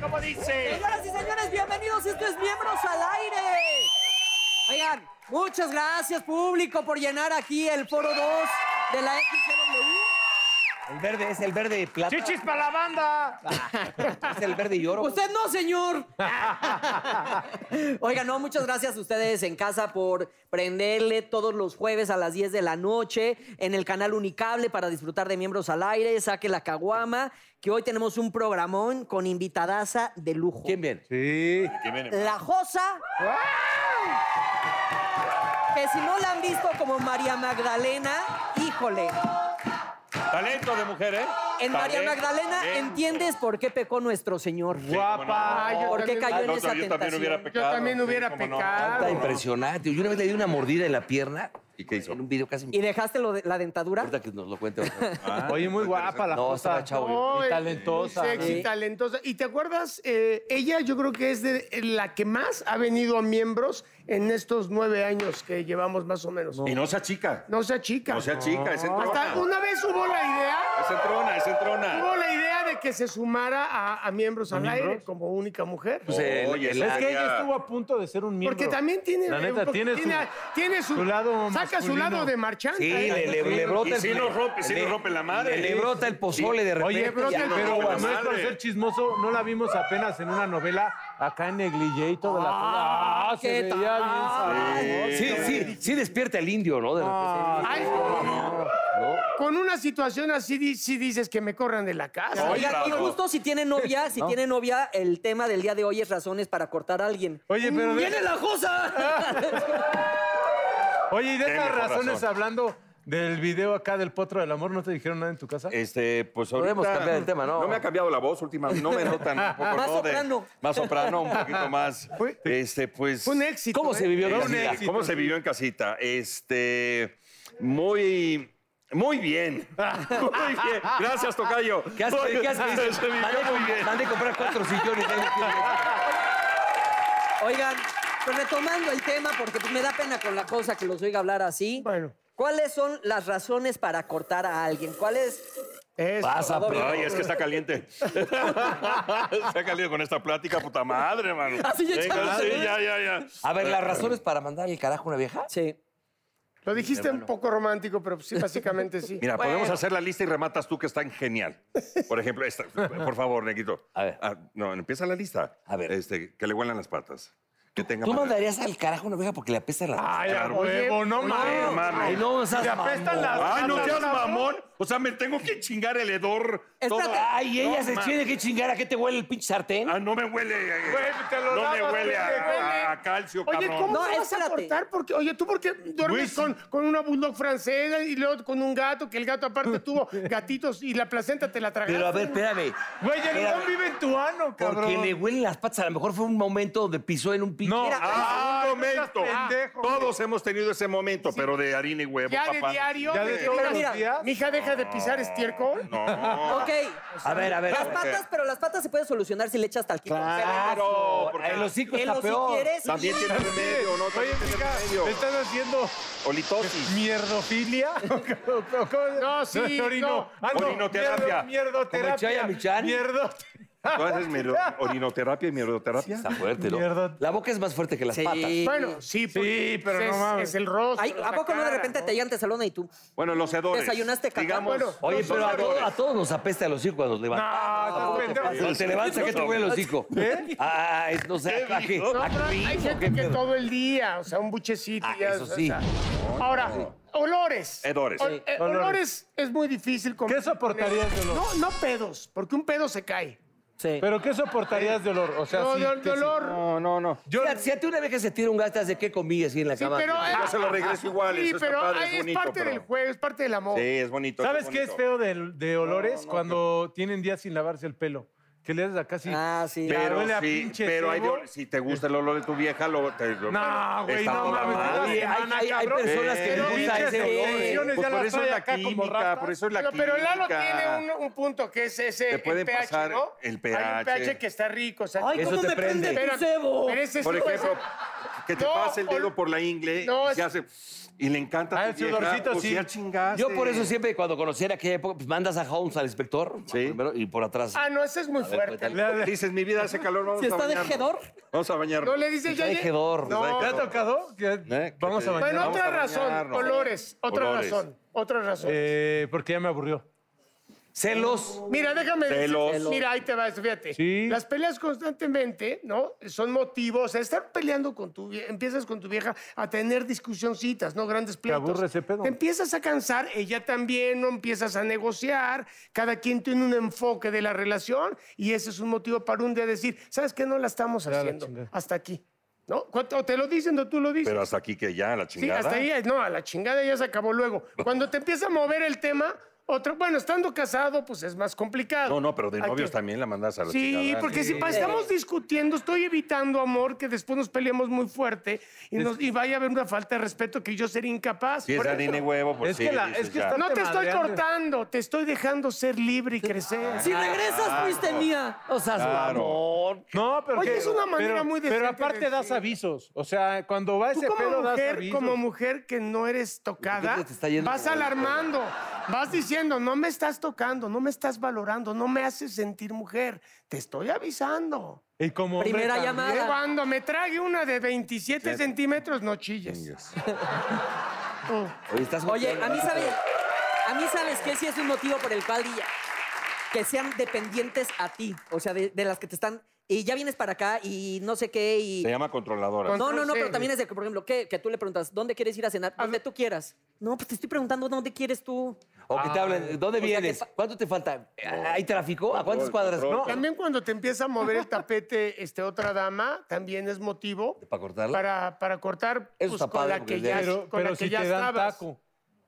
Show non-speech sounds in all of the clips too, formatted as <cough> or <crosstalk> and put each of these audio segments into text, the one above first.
¿Cómo dice? Señoras y señores, bienvenidos. Esto es Miembros al Aire. Oigan, muchas gracias, público, por llenar aquí el foro 2 de la XLW. El verde es el verde plata. ¡Chichis para la banda! Es el verde y oro. Pues, Usted no, señor. <laughs> Oigan, no, muchas gracias a ustedes en casa por prenderle todos los jueves a las 10 de la noche en el canal Unicable para disfrutar de Miembros al Aire. Saque la caguama, que hoy tenemos un programón con invitadaza de lujo. ¿Quién viene? La Josa. Que si no la han visto como María Magdalena, híjole. Talento de mujer, ¿eh? En María Magdalena entiendes por qué pecó nuestro Señor. Guapa. yo ¿Por qué también- cayó en No, esa yo también tentación? hubiera pecado. Yo también sí, hubiera cómo no. pecado. Está impresionante. Yo una vez le di una mordida en la pierna. ¿Y qué hizo? En un video casi me ¿Y dejaste lo de- la dentadura? Pues importa que nos lo <laughs> cuente. otra. Ah, Oye, muy guapa la No, cosa. estaba chavo. yo. No, Y eh, talentosa. Sexy, Sí. talentosa. Y te acuerdas, Eh, ella yo creo que es de la que más ha venido a miembros en estos nueve años que llevamos más o menos. Y no sea chica. No sea chica. No sea chica, es entrona. Hasta una vez hubo la idea, Es entrona, es entrona. hubo la idea de que se sumara a, a miembros al aire como única mujer. Pues el- eh, Oye, el- Es que ella área. estuvo a punto de ser un miembro. Porque también tiene, La eh, neta, porque tiene su- tiene su, su lado saca su masculino. lado de marchanta. Sí, eh. le, le- le brota Y el... sí nos rompe, sí le- nos rompe la madre. Le brota el pozole de repente. Oye, pero, brota el pero coco, la no es por madre. ser chismoso, no la vimos apenas en una novela acá en Negligé y toda la cosa. Ah, se ¿qué veía tal? bien sabrosa. Sí, sí, sí despierta el indio, ¿no? De Ah. repente. Ay, Con una situación así, di- sí dices que me corran de la casa. Oye, Oigan, y bravo. justo si tiene novia, si tiene novia, el tema del día de hoy es razones para cortar a alguien. Oye, pero de- ¡Viene la Josa! <laughs> Oye, y de Qué estas mejor razones razón. hablando del video acá del potro del amor, ¿no te dijeron nada en tu casa? Este, pues ahorita... Podemos cambiar el tema, ¿no? No me ha cambiado la voz últimamente, no me <laughs> notan un poco, Más ¿no? De- soprano. más soprano, un poquito más. Este, pues... Fue un éxito. ¿Cómo se ¿eh? vivió Fue la un vida? éxito, ¿Cómo se vivió en casita? Este, muy, muy bien. <laughs> Muy bien. Gracias, Tocayo. ¿Qué hace? Muy- ¿Qué hace? <laughs> Se vivió Mandé- muy bien. Mandé comprar cuatro sillones. Oigan, pues retomando el tema, porque pues me da pena con la cosa que los oiga hablar así. Bueno. ¿Cuáles son las razones para cortar a alguien? ¿Cuáles? Eso. Pasa, doble. Ay, es que está caliente. <laughs> está caliente con esta plática, puta madre, mano. Así ya Venga, echándose. sí, ya, ya, ya. A ver, las razones para mandar el carajo a una vieja. Sí. Lo dijiste un poco romántico, pero sí, básicamente <laughs> sí. Mira, podemos hacer la lista y rematas tú que están genial. Por ejemplo, esta. Por favor, Neguito. A ver. Ah, no, empieza la lista. A ver. Este, que le huelan las patas. Que tenga ¿Tú madera. mandarías al carajo a una vieja porque le apestan las Ay, a Claro. huevo, no Oye, mames. mano. Ay, no, seas Te apestan mamón. las Ay, no patas, seas cabrón. mamón. O sea, me tengo que chingar el hedor. Espérate. todo. Ay, ella No, se ma- tiene que chingar a qué te huele el pinche sartén. Ah, no me huele. eh, Güey, te lo no lavas, me huele a, güey, te huele. a- a calcio, Oye, cabrón. ¿cómo No, te vas a espérate. cortar? Porque, oye, ¿tú por qué duermes Luis. con, con una bulldog francesa y luego con un gato? Que el gato aparte tuvo <laughs> gatitos y la placenta te la tragaste. Pero a ver, espérame. Güey, el Espérame, león vive en tu ano, cabrón. Porque le huelen las patas. A lo mejor fue un momento donde pisó en un pinche. No, Mira, Ah, no seas momento. pendejo, Todos hemos tenido ese momento, pero de harina y huevo, Ya de papá. diario. Ya de de que, todos mira, los mira, días. Mi hija deja de pisar estiércol. <laughs> No. Ok. a ver, a ver. Las patas, pero las patas se pueden solucionar si le echas talquito. Claro, eh, porque El hocico El está hocico, si peor. quieres. también tiene remedio, ¿no? Oye, También tiene mija, remedio. ¿me estás haciendo <laughs> Olitosis. <laughs> mierdofilia? No, sí, orino. no. Ah, Orinoterapia. Mierdoterapia. Como Chaya Michan. Mierdoterapia. ¿Tú haces miro- orinoterapia y mierdoterapia? Está fuerte, ¿no? Mierda. La boca es más fuerte que las Sí. patas. Bueno, sí, porque pero es, no mames. es el rostro. Ay, es ¿A la poco no de cara, repente ¿no? te llegan, te saludan y tú? Bueno, los hedores. ¿Desayunaste cacao? Digamos, Bueno, Oye, los pero a, todo- hedores. a todos nos apesta el hocico cuando nos levantamos. Ah, estás pendejo. Cuando te levantas, ¿qué te huele el hocico? Ay, no sé, ¿Qué ¿a qué? dijo? No, ¿A pero hay- hay clín o gente qué que pedo? todo el día, o sea, un buchecito. Ah, y ya, eso o sea, sí. Ahora, olores. Hedores. Ol- eh, olores. es muy difícil. con- ¿Qué soportarías de olor? No, no pedos, porque un pedo se cae. Sí. ¿Pero qué soportarías de olor? O sea, No, Ah, sí, de, de que sí. olor. Yo, si a ti una vez que se tira un gato, ¿de qué comí así en la Sí, cama? pero, eh, Yo se lo regreso igual. Sí, eso está pero padre, ahí es, bonito, parte pero- del juego, es parte del amor. Sí, es bonito. ¿Sabes qué es bonito. feo de, de olores? Cuando tienen días sin lavarse el pelo. Que le das acá así. Ah, sí. Ya Pero, huele a sí, pinche pero hay de- cebo. si te gusta el olor de tu vieja, lo, te, lo- No, güey, está no toda mames, madre. toda Hay, hay- hay- hay cabrón. personas que Pero les gusta pinches ese olor. olores. Pues ya por las eso es trae la acá como química, ratas. por eso es la Pero, química. pero Lalo tiene un, un punto que es ese Te el pueden pH, pasar ¿no? el Hay un pH. pH que está rico. O sea, Ay, Eso ¿cómo te me prende prende. tu Espera, cebo? pero ese Por sí puede ejemplo, ser- que te No, pasa el dedo ol- por la ingle no, y se es- hace. Y le encanta. Ah, a el tu vieja, sudorcito, pues sí. ya chingaste. Yo por eso siempre cuando conociera aquella época, pues mandas a Holmes al inspector Sí. primero, y por atrás. Ah, no, ese es muy fuerte. Dices, mi vida hace calor, vamos Si a está de bañarnos. jedor. Vamos a No bañarnos. le dices ya. Está de lle- jedor. pues No. ¿Te ha tocado? Que- ¿Qué Vamos te- a bañar. Bueno, Vamos otra a razón, bañarnos. colores, otra Colores. razón, otra razón. Eh, porque ya me aburrió. Celos. Mira, déjame Celos. decirte, Mira, ahí te va esto, fíjate. Sí. Las peleas constantemente, ¿no? Son motivos. Estar peleando con tu vieja, empiezas con tu vieja a tener discusioncitas, ¿no? Grandes pleitos. aburre ese pedo. Te empiezas a cansar, ella también, no empiezas a negociar. Cada quien tiene un enfoque de la relación y ese es un motivo para un día decir, ¿sabes qué? No la estamos la haciendo. chingada. hasta aquí, ¿no? O te lo dicen o tú lo dices. Pero hasta aquí que ya, la Sí, chingada. hasta ahí, no, a la chingada ya se acabó luego. Cuando te empieza a mover el tema, otro, bueno, estando casado, pues es más complicado. No, no, pero de Aquí- novios también la mandas a la Sí, chingada. porque si pa- estamos discutiendo, estoy evitando amor, que después nos peleemos muy fuerte y, nos- y vaya a haber una falta de respeto que yo seré incapaz. Si es Por eso- harina y huevo, pues Es sí, que la- dices es que ya. está- no te estoy Madreando. cortando, te estoy dejando ser libre y crecer. Si regresas, fuiste mía. O sea, Claro. No, pero. Oye, que- es una manera muy decente Pero de aparte das decir. avisos. O sea, cuando va Tú ese pedo, como das mujer, avisos. como mujer que no eres tocada, repente te está yendo vas como- alarmando, vas diciendo, no me estás tocando, no me estás valorando, no me haces sentir mujer, te estoy avisando. Y como. hombre Primera también. llamada. Ah. Cuando me trague una de 27 centímetros, no chilles. <laughs> Oh, Chingues. Tú. Oye, estás muy- Oye, a mí eh, sabes, a mí sabes que sí es un motivo por el cual diría que sean dependientes a ti, o sea, de, de las que te están y ya vienes para acá y no sé qué y Se llama controladora. Con- no, no, no, Sí. pero también es de que, por ejemplo, que, que tú le preguntas, ¿dónde quieres ir a cenar? Donde tú quieras. No, pues te estoy preguntando, ¿dónde quieres tú? O que te hablen, ¿dónde O sea, que vienes? fa- ¿Cuánto te falta? ¿Hay tráfico? ¿A cuántas cuadras? control. No. También cuando te empieza a mover el tapete este, otra dama, también es motivo ¿Para cortarla? para, para cortar pues, Eso está con la padre, que porque ya, ya- Pero, con la pero que si ya te dan estabas. taco.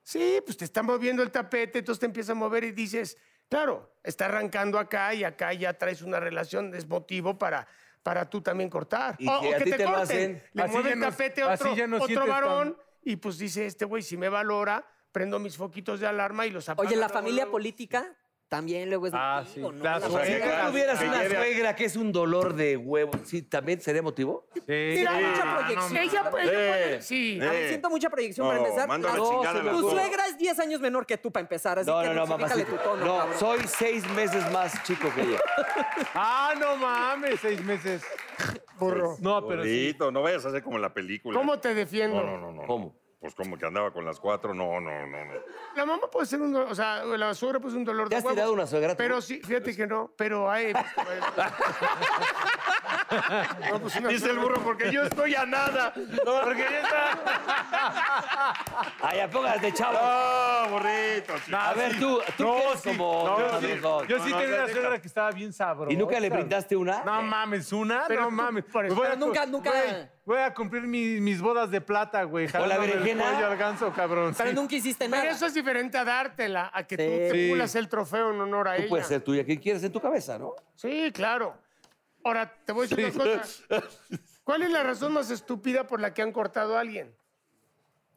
Sí, pues te está moviendo el tapete, entonces te empieza a mover y dices, claro, está arrancando acá y acá ya traes una relación, es motivo para, para tú también cortar. Y que a ti te lo hacen, le así mueve ya el no- tapete así otro, ya no otro sientes tan- varón y pues dice, este güey si me valora, prendo mis foquitos de alarma y los apago. Oye, la luego, familia luego. política también luego es Ah, motivo, sí, ¿no? la La- O sea, suegra. Si que- tú claro, tuvieras que una lleve a- suegra que es un dolor de huevo, ¿sí, ¿también sería motivo? Sí. Ah, Mira, Siento ella- mucha proyección. ella puede- sí. A ver, siento mucha proyección para No, empezar. manda la Las- chingada a las tu dos. suegra es 10 años menor que tú para empezar, así No, que no, no, dulcifícale mamacita. tu tono, No, cabrón. soy seis meses más chico que ella. Ah, no mames, seis meses. Burro. No, pero sí. Gordito, no vayas a hacer como la película. ¿Cómo te defiendo? No, no, no, no. ¿Cómo? Pues como que andaba con las cuatro. No, no, no, no. La mamá puede ser un, do- o sea, la suegra puede ser un dolor ¿Te de has huevos, tirado una suegra tú? Pero sí, fíjate que no, pero <laughs> hay. No, pues una Dice el suegra- burro porque yo estoy a nada. No, porque ya está. Ay, apógate, chavo. No, burrito. sí. A ver, tú, tú que eres como... no, Dios sí. santo. Yo sí No, no, tenía una deja. suegra que estaba bien sabrosa. ¿Y nunca le brindaste una? No mames, una, Pero no tú, mames. por Me eso- voy a Pero nunca- cu- nunca- pues, güey, voy a cumplir mi- mis bodas de plata, güey. jalándome el berenjena. cuello al ganso, cabrón. Pero sí. nunca hiciste nada. Pero eso es diferente a dártela, a que tú Sí. te Sí. pulas el trofeo en honor a Tú ella. puedes ser tuya. ¿Qué quieres en tu cabeza, no? Sí, claro. Ahora, te voy a decir una cosa. ¿Cuál es la razón más estúpida por la que han cortado a alguien?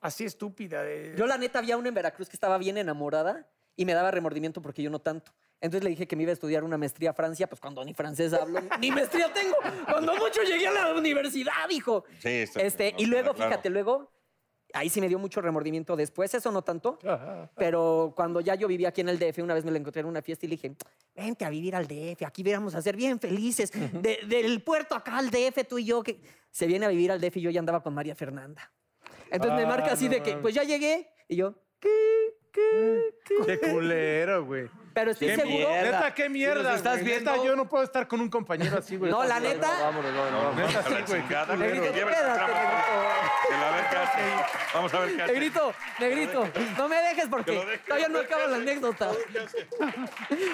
Así estúpida. de- Yo la neta había una en Veracruz que estaba bien enamorada y me daba remordimiento porque yo no tanto. Entonces le dije que me iba a estudiar una maestría a Francia, pues cuando ni francés hablo, ni maestría tengo. Cuando mucho llegué a la universidad, hijo. Sí, está- este, no, y luego, queda claro. fíjate, luego, ahí sí me dio mucho remordimiento después, eso no tanto. Pero cuando ya yo vivía aquí en el DF, una vez me la encontré en una fiesta y le dije, vente a vivir al DF, aquí vamos a ser bien felices. De- del puerto acá al DF, tú y yo, que se viene a vivir al DF y yo ya andaba con María Fernanda. Entonces me Ah, marca así no de que, mames. pues ya llegué. Y yo, ¿qué? ¿Qué? ¿Qué? Qué culero, güey. Pero estoy Qué seguro. mierda. Neta, qué Si mierda. nos estás güey. Neta, viendo- yo no puedo estar con un compañero así, güey. No, la Estás- neta. No, no, Neta, a la sí, güey, qué chingada. Le grito, Pero lleva el espérate, trapo. negrito. Que la ver qué hace. Vamos a ver qué hace. Negrito, negrito, no me dejes Que porque lo deje, todavía no que lo acaba la deje. anécdota.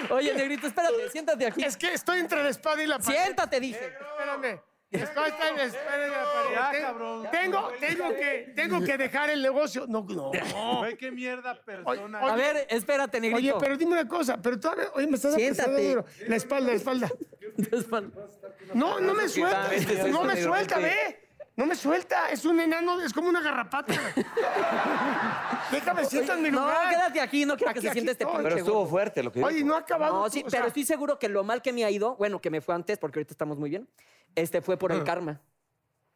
Oye, negrito, espérate, siéntate aquí. Es que estoy entre la espada y la pared. Siéntate, dije. Espérame. Estoy en la espera de la pared. Ya, Ten- cabrón. Tengo, tengo, que, tengo que dejar el negocio. No, no. Güey, qué mierda persona. A ver, espérate, Oye, negrito. pero dime una cosa, pero todavía, oye, me estás apretando Siéntate. duro. La espalda, la espalda. No, no me suelta, no me suelta, ve. No me suelta, es un enano, es como una garrapata. Déjame siento en mi No, lugar. quédate aquí, no quiero que Aquí, se sienta aquí este estoy. Pero pinche estuvo fuerte lo que Oye, no ha acabado. No, tú, sí, o pero sea, estoy Ah. seguro que lo mal que me ha ido, bueno, que me fue antes, porque ahorita estamos muy bien, este fue por el karma.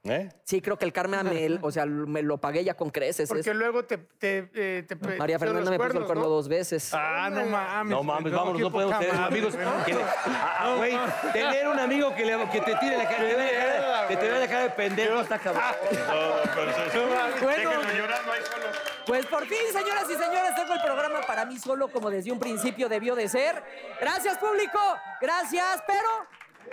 ¿Eh? Sí, creo que el karma me, <laughs> o sea, me lo pagué ya con creces. Porque es- luego te... te, eh, te pe- María te los Fernanda me puso el cuernos, cuerno ¿no? dos veces. Ah, no mames. No mames, güey, vámonos, qué no podemos poca tener madre. amigos. que le- ah, Güey, tener un amigo que, le- que te tire la cara, que te vea la cara- que te vea la cara de pendejo está cabrón. No, pero sí, sí. Bueno. Déjenlo llorar, no hay solo. Pues por fin, señoras y señores, tengo el programa para mí solo como desde un principio debió de ser. Gracias, público. Gracias, pero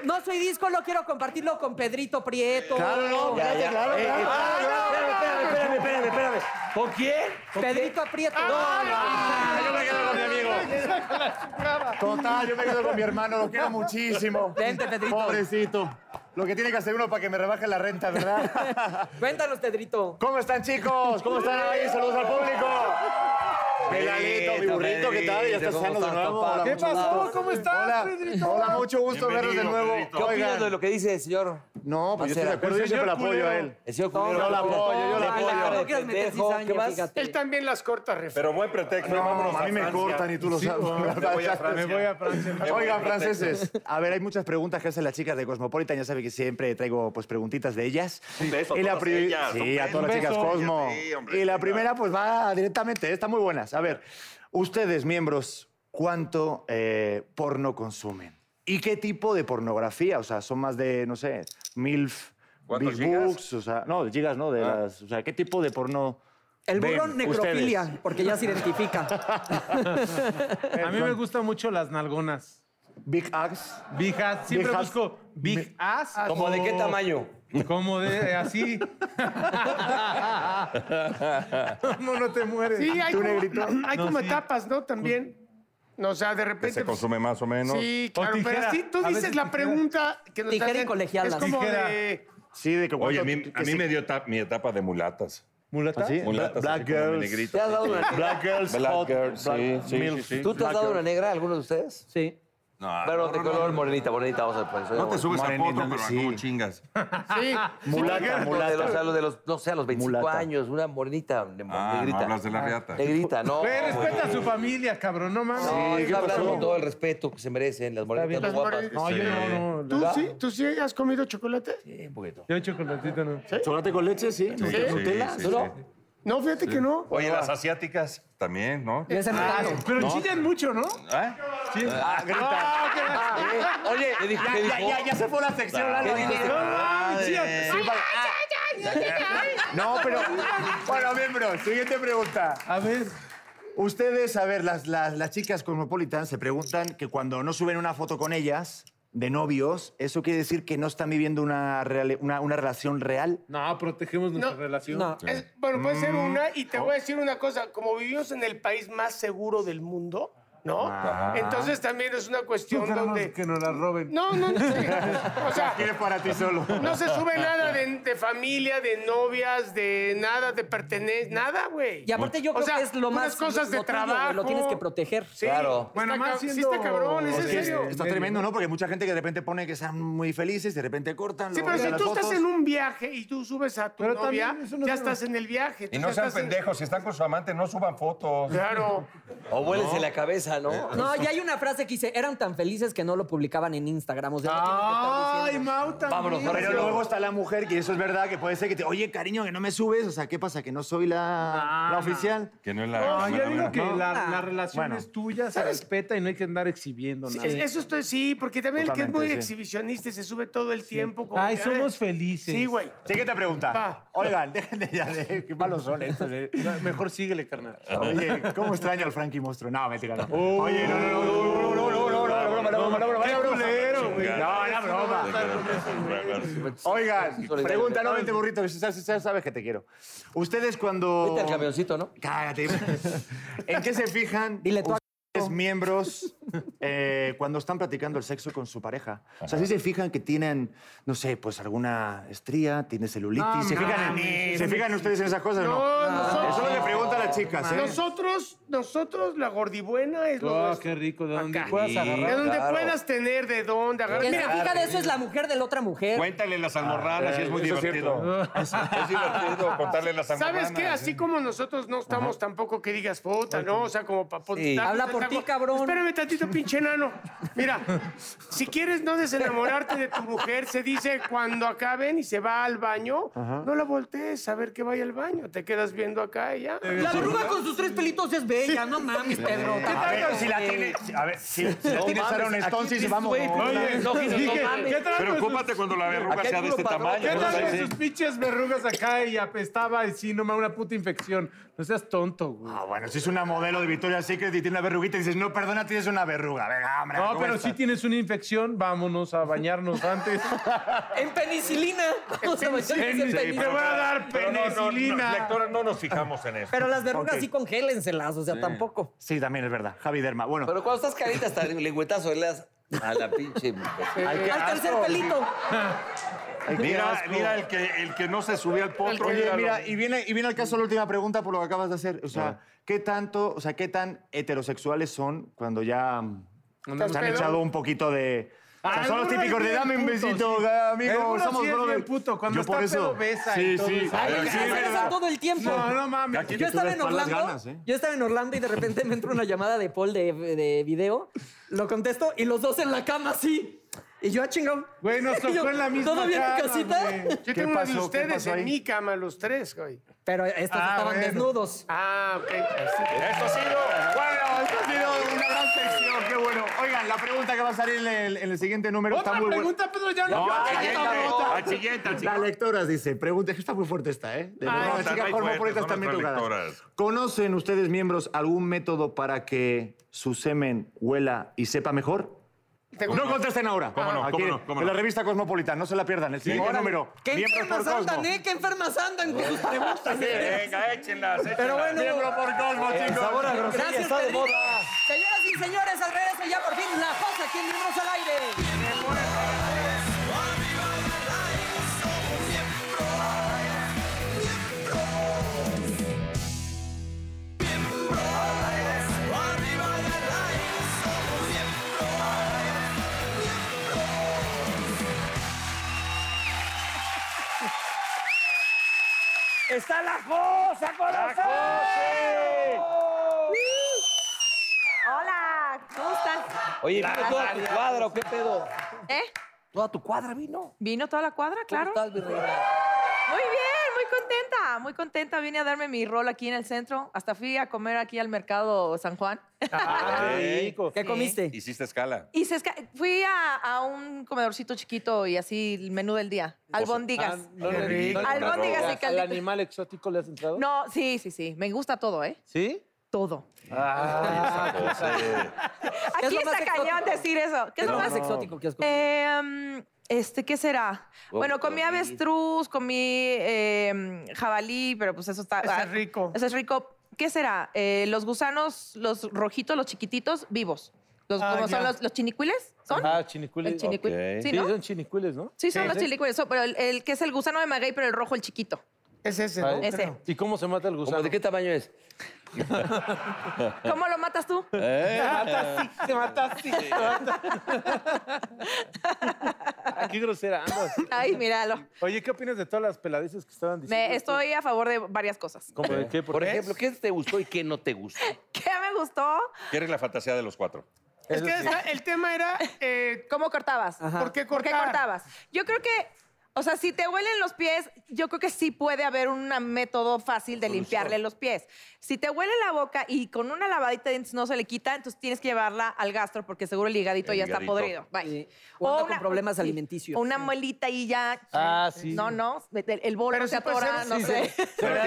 no soy disco, lo quiero compartirlo con Pedrito Prieto. Claro, no, Ya, espérate, ya. claro, Eh, claro. ah, no, Espérame, espérame, espérame, espérame, espérame. ¿Con quién? ¿Con quién? Pedrito Prieto. Yo me quedo con mi amigo. Total, yo me quedo con mi hermano, lo quiero muchísimo. Vente, Pedrito. Pobrecito. Lo que tiene que hacer uno para que me rebaje la renta, ¿verdad? Cuéntanos, Pedrito. ¿Cómo están, chicos? ¿Cómo están ahí? Saludos al público. Peladito, mi burrito, ¿qué tal? Ya estás ¿Cómo sano de estás, nuevo. papá? Hola, ¿Qué mucho pasó? gusto. ¿Cómo estás, Hola, Pedrito? hola, mucho gusto verlos de Bienvenido, nuevo. Pedrito. ¿Qué Oigan, opinas de lo que dice el señor? No, pues yo estoy de acuerdo, yo siempre lo apoyo a él. El señor Yo lo apoyo, yo lo Ay, la- apoyo. No quieres meter Pendejo, ¿qué cizaña, más? fíjate. Él también las corta, ref. Pero buen pretexto. No, vámonos a mí me Francia. cortan y tú lo sabes. Me voy a Francia. Me voy a Francia. Me voy a Oigan, Francia. franceses, a ver, hay muchas preguntas que hacen las chicas de Cosmopolitan. Ya saben que siempre traigo pues preguntitas de ellas. Un beso a Y la todas pri- ellas, Sí, un a beso. todas las Un chicas beso. Cosmo. Sí, hombre, y la venga. primera pues va directamente, están muy buenas. A ver, ustedes, miembros, ¿cuánto eh, porno consumen? ¿Y qué tipo de pornografía? O sea, son más de, no sé, MILF, ¿Cuántos Big gigas? Ah. Books, o sea, no, de gigas, no, de las, o sea, ¿qué tipo de porno? El burro ven necrofilia, ustedes? porque ya se identifica. A mí me gustan mucho las nalgonas. Big Axe. Big ass. Siempre Big ass. busco big ass. ¿Como de qué o- tamaño? Como de eh, así. ¿Cómo no te mueres? Sí, hay, Tú, como, negrito. <clears throat> hay No, como sí. etapas, ¿no? También. No, o sea, de repente... Se pues, consume más o menos. Sí, O claro, pero tijera. así tú A veces dices la tijera. pregunta que nos Tijera y hacen, colegialas. Es como Tijera. de... Sí, de que Oye, a cuánto- mí, que a mí sí. me dio ta- mi etapa de mulatas. ¿Mulata? ¿Sí? Mulatas. Black así como mi Girls. negrito. ¿Te has dado una negra? Black Girls. Black hot, Girls, black sí, sí, milf. sí, sí. ¿Tú te has dado una negra, alguno de ustedes? Sí. No, Pero de color, morenita, morenita, vamos a poner. no te subes a Morenita, poco, pero sí. no chingas. Sí, Mulata, De los, a mulata. los- de los, no sé, a los 25 Mulata. años, una morenita, ne- Ah, no negrita. hablas de la reata. Negrita, no. Güey, güey. respeta a su familia, cabrón. No mames. No, Sí, ¿qué está hablando pasó? con todo el respeto que se merecen las morenitas Las muy guapas. moren- No, yo no, no. ¿Tú sí? ¿Tú sí has comido chocolate? Sí, un poquito. Yo chocolatito no. ¿Chocolate con leche? Sí. Sí, sí, sí, sí. No, fíjate que no. Oye, las asiáticas también, ¿no? Ya se notaron. Ah, Pero chillan mucho, ¿no? Ah, ¿Eh? <laughs> Oye, ¿qué dijo? ¿Qué dijo? ya se fue la sección, Lalo. ¿Qué dijo? No, pero. Bueno, miembros, siguiente pregunta. A ver. Ustedes, a ver, las, las, las chicas cosmopolitan se preguntan que cuando no suben una foto con ellas de novios, ¿eso quiere decir que no están viviendo una, reale- una, una relación real? No, protegemos nuestra No, relación. no. Es- bueno, puede ser Mm, una, y te voy a decir una cosa. Como vivimos en el país más seguro del mundo, ¿no? Entonces también es una Tú, cuestión carnal, donde... que nos la roben. No, no, no. sí. O sea, Tienes para ti solo. no se sube nada de, de familia, de novias, de nada, de pertenencia, nada, güey. Y aparte yo O creo sea, que es lo unas más cosas de lo tuyo, güey, Lo trabajo. tienes que proteger. Sí, Claro. está Bueno, más ca- sí siendo- está cabrón, es en Sí, serio. Está medio. tremendo, ¿no? Porque mucha gente que de repente pone que están muy felices, de repente cortan. Sí, luego pero si ven las tú estás fotos. en un viaje y tú subes a tu Pero novia, también eso no ya es una- estás en el viaje. Y tú no ya sean estás en- pendejos, si están con su amante, no suban fotos. Claro. O vuélese la cabeza, ¿no? Eh, No, y hay una frase que dice, eran tan felices que no lo publicaban en Instagram. O sea, no tienen que estar Ay, diciendo. Mau, también. Vámonos, ahora Pero luego está la mujer, que eso es verdad, que puede ser que te, oye, cariño, que no me subes. O sea, ¿qué pasa? ¿Que no soy la, la oficial? Que no es la. No, la- yo digo que no. la, la relación Bueno. es tuya, se respeta y no hay que andar exhibiendo Sí, nada. es- Eso estoy, sí, porque también el que es muy Totalmente, sí. exhibicionista y se sube todo el tiempo. como Ay, que, somos felices. Sí, güey. Siguiente pregunta. Va. Oigan, <laughs> déjenme ya de... Qué malos son estos, <laughs> eh. Mejor síguele, carnal. Oye, ¿cómo extraño al Frankie Monstruo? No, mentira, no. Oye, no, no, no, no, no, no, no, no, no, broma, no, broma, no, broma, no, broma. No, era broma. Oigan, pregunta, no, vente, burrito, que ya sabes, sabes que te quiero. Ustedes cuando... Vete al camioncito, ¿no? Cállate. ¿En qué se fijan Dile tú a- ustedes, miembros, eh, cuando están practicando el sexo con su pareja? O sea, si se fijan que tienen, no sé, pues alguna estría, tiene celulitis. No ¿Se, fijan en, mames. ¿Se fijan ustedes en esas cosas o no? Ah. No, nosotros, Eso es lo que preguntan las chicas, ¿eh? nosotros, nosotros, la gordibuena es lo Oh, nuestro. qué rico, de donde Acá. puedas De agarrar. donde Claro. puedas tener, de dónde agarrar. Quien se Mira, fija de eso es la mujer de la otra mujer. Cuéntale las almorranas, sí, Ah, es muy divertido. Es, divertido contarle las almorranas. ¿sabes qué? Así como nosotros no estamos tampoco que digas puta, ¿no? O sea, como para Sí. Habla por ti, ti, cabrón. Espérame tantito, pinche enano. Mira, si quieres no desenamorarte de tu mujer, se dice cuando acaben y se va al baño, no la voltees a ver que vaya al baño. Te quedas viendo acá y ya. Eh, La verruga con sus tres pelitos es bella, no mames, Pedro. A ver, si la tiene. A ver, si, si la tiene Sarah Stone, sí, vamos. pues, Preocúpate cuando la verruga sea de este tamaño. ¿Qué ¿no? tal Sí. con sus pinches verrugas acá y apestaba y sí, no mames, una puta infección? No seas tonto, güey. Ah, bueno, si es una modelo de Victoria's Secret y tiene una verruguita, dices, no, perdona, tienes una verruga. Venga, hombre. No, ¿cómo pero estás? si tienes una infección, vámonos a bañarnos antes. En penicilina. Vamos a meterles en Sí, penicilina. pero voy a cada- dar pero no, no, no, penicilina. lectora, no nos fijamos en eso. Pero las verrugas Ok. sí congélenselas, o sea, tampoco. Sí, también es verdad. Javi Derma. Bueno, Pero cuando estás carita, hasta el lingüetazo le das a la pinche. mujer. hay que. Al tercer asco. pelito. Ay, qué Mira, asco. mira el que, el que no se subió al potro. Oye, míralo. mira, y viene, y viene al caso la última pregunta por lo que acabas de hacer. O sea, ¿qué tanto, o sea, qué tan heterosexuales son cuando ya mm, se han pedo? echado un poquito de. O sea, son los Algunos típicos de bien dame un putos, besito, sí. amigo, Algunos somos sí es bien brother". puto, cuando Yo está por eso. pedo, besa sí, y todo sí. eso. Ay, Pero sí, Hacen es eso verdad. todo el tiempo. No, no mames. Yo estaba en tú ves para las Orlando. ganas, ¿eh? Yo estaba en Orlando y de repente me entra una llamada de Paul de, de video. Lo contesto y los dos en la cama así. Y yo, ah, chingón. Güey, nos <laughs> Y tocó yo, en la misma ¿Todo bien en cama, casita? güey. Yo ¿Qué tengo una de pasó? ¿Qué ustedes pasó ahí? en mi cama, los tres, güey. Pero estos Ah, estaban bueno. desnudos. Ah, ok. Así. Esto ha sido. Bueno, esto ha sido una gran sección, qué bueno. Oigan, la pregunta que va a salir en el, en el siguiente número está Otra muy buena. pregunta, Pedro, ya no. ya, ya, ya, ya. Al siguiente, al La siguiente. lectora dice, pregunta, está muy fuerte esta, ¿eh? De no, verdad, están chicas muy cosmopolitas fuertes, son también nuestras tocadas. lectoras. ¿Conocen ustedes, miembros, algún método para que su semen huela y sepa mejor? Tengo- No contesten ahora. Cómo no, Aquí, cómo no, cómo En no. la revista Cosmopolitan, no se la pierdan. El siguiente número. ¿Qué miembros por enfermas andan, Cosmo. eh? ¿Qué enfermas andan con sus preguntas? Venga, échenlas, échenlas. Pero bueno, Miembro por Cosmo, Eh, chicos. gracias, Pedrito. Señoras y señores, al regreso ya por fin la cosa aquí en Miembros al Aire. ¡Está la cosa, corazón! Hola, ¿cómo estás? Oye, vino toda tu cuadra, ¿o ¿qué pedo? ¿Eh? Toda tu cuadra vino. ¿Vino toda la cuadra? Claro. ¿Cómo estás, mi reina? Muy bien, muy contenta, muy contenta. Vine a darme mi rol aquí en el centro. Hasta fui a comer aquí al mercado San Juan. ¿Qué comiste? Hiciste escala. Y se esca- fui a, a un comedorcito chiquito y así el menú del día. Albóndigas. ah, Albóndigas y ¿Al caldito. animal exótico le has entrado? No, sí, sí, sí. Me gusta todo, ¿eh? ¿Sí? Todo. Ah, pues, ¿Qué es Aquí lo está más cañón exótico? decir eso. ¿Qué es lo más exótico que has comido? Eh, mm, este, ¿qué será? bueno, comí avestruz, comí eh, mm, jabalí, pero pues eso está. Eso es ah, rico. Eso es rico. ¿Qué será? Eh, los gusanos, los rojitos, los chiquititos, vivos. Los, Ah, ¿Cómo son ya. los, los chinicuiles? ¿Son? Ah, chinicuiles. el chinicuil. ok. Sí, Sí, ¿no? son chinicuiles, ¿no? Sí, son Sí, los sí. chinicuiles. so- pero el, el que es el gusano de maguey, pero el rojo, el chiquito. Es ese, Ah, ¿no? Ese. Creo. ¿Y cómo se mata el ¿Cómo gusano? de qué tamaño es? ¿Cómo lo matas tú? te mataste? Ah, qué grosera andas. Ay, míralo. Oye, ¿qué opinas de todas las peladices que estaban diciendo? Me, estoy a favor de varias cosas. <laughs> ¿Cómo de qué? Por ejemplo, ¿qué te gustó y qué no te gustó? ¿Qué me gustó? ¿Quieres la fantasía de los cuatro? Es que está- el tema era eh, ¿Cómo cortabas? ¿por qué ¿Por qué cortar? cortabas? Yo creo que, o sea, si te huelen los pies, yo creo que sí puede haber un método fácil de limpiarle los pies. Si te huele la boca y con una lavadita de dientes no se le quita, entonces tienes que llevarla al gastro porque seguro el higadito El ya higadito. está podrido. Bye. Sí. O anda con problemas sí, alimenticios. o una muelita y ya. Ah, sí. No, no, el, el bolo Pero se sí puede atora, ser, no sí, sé. Se le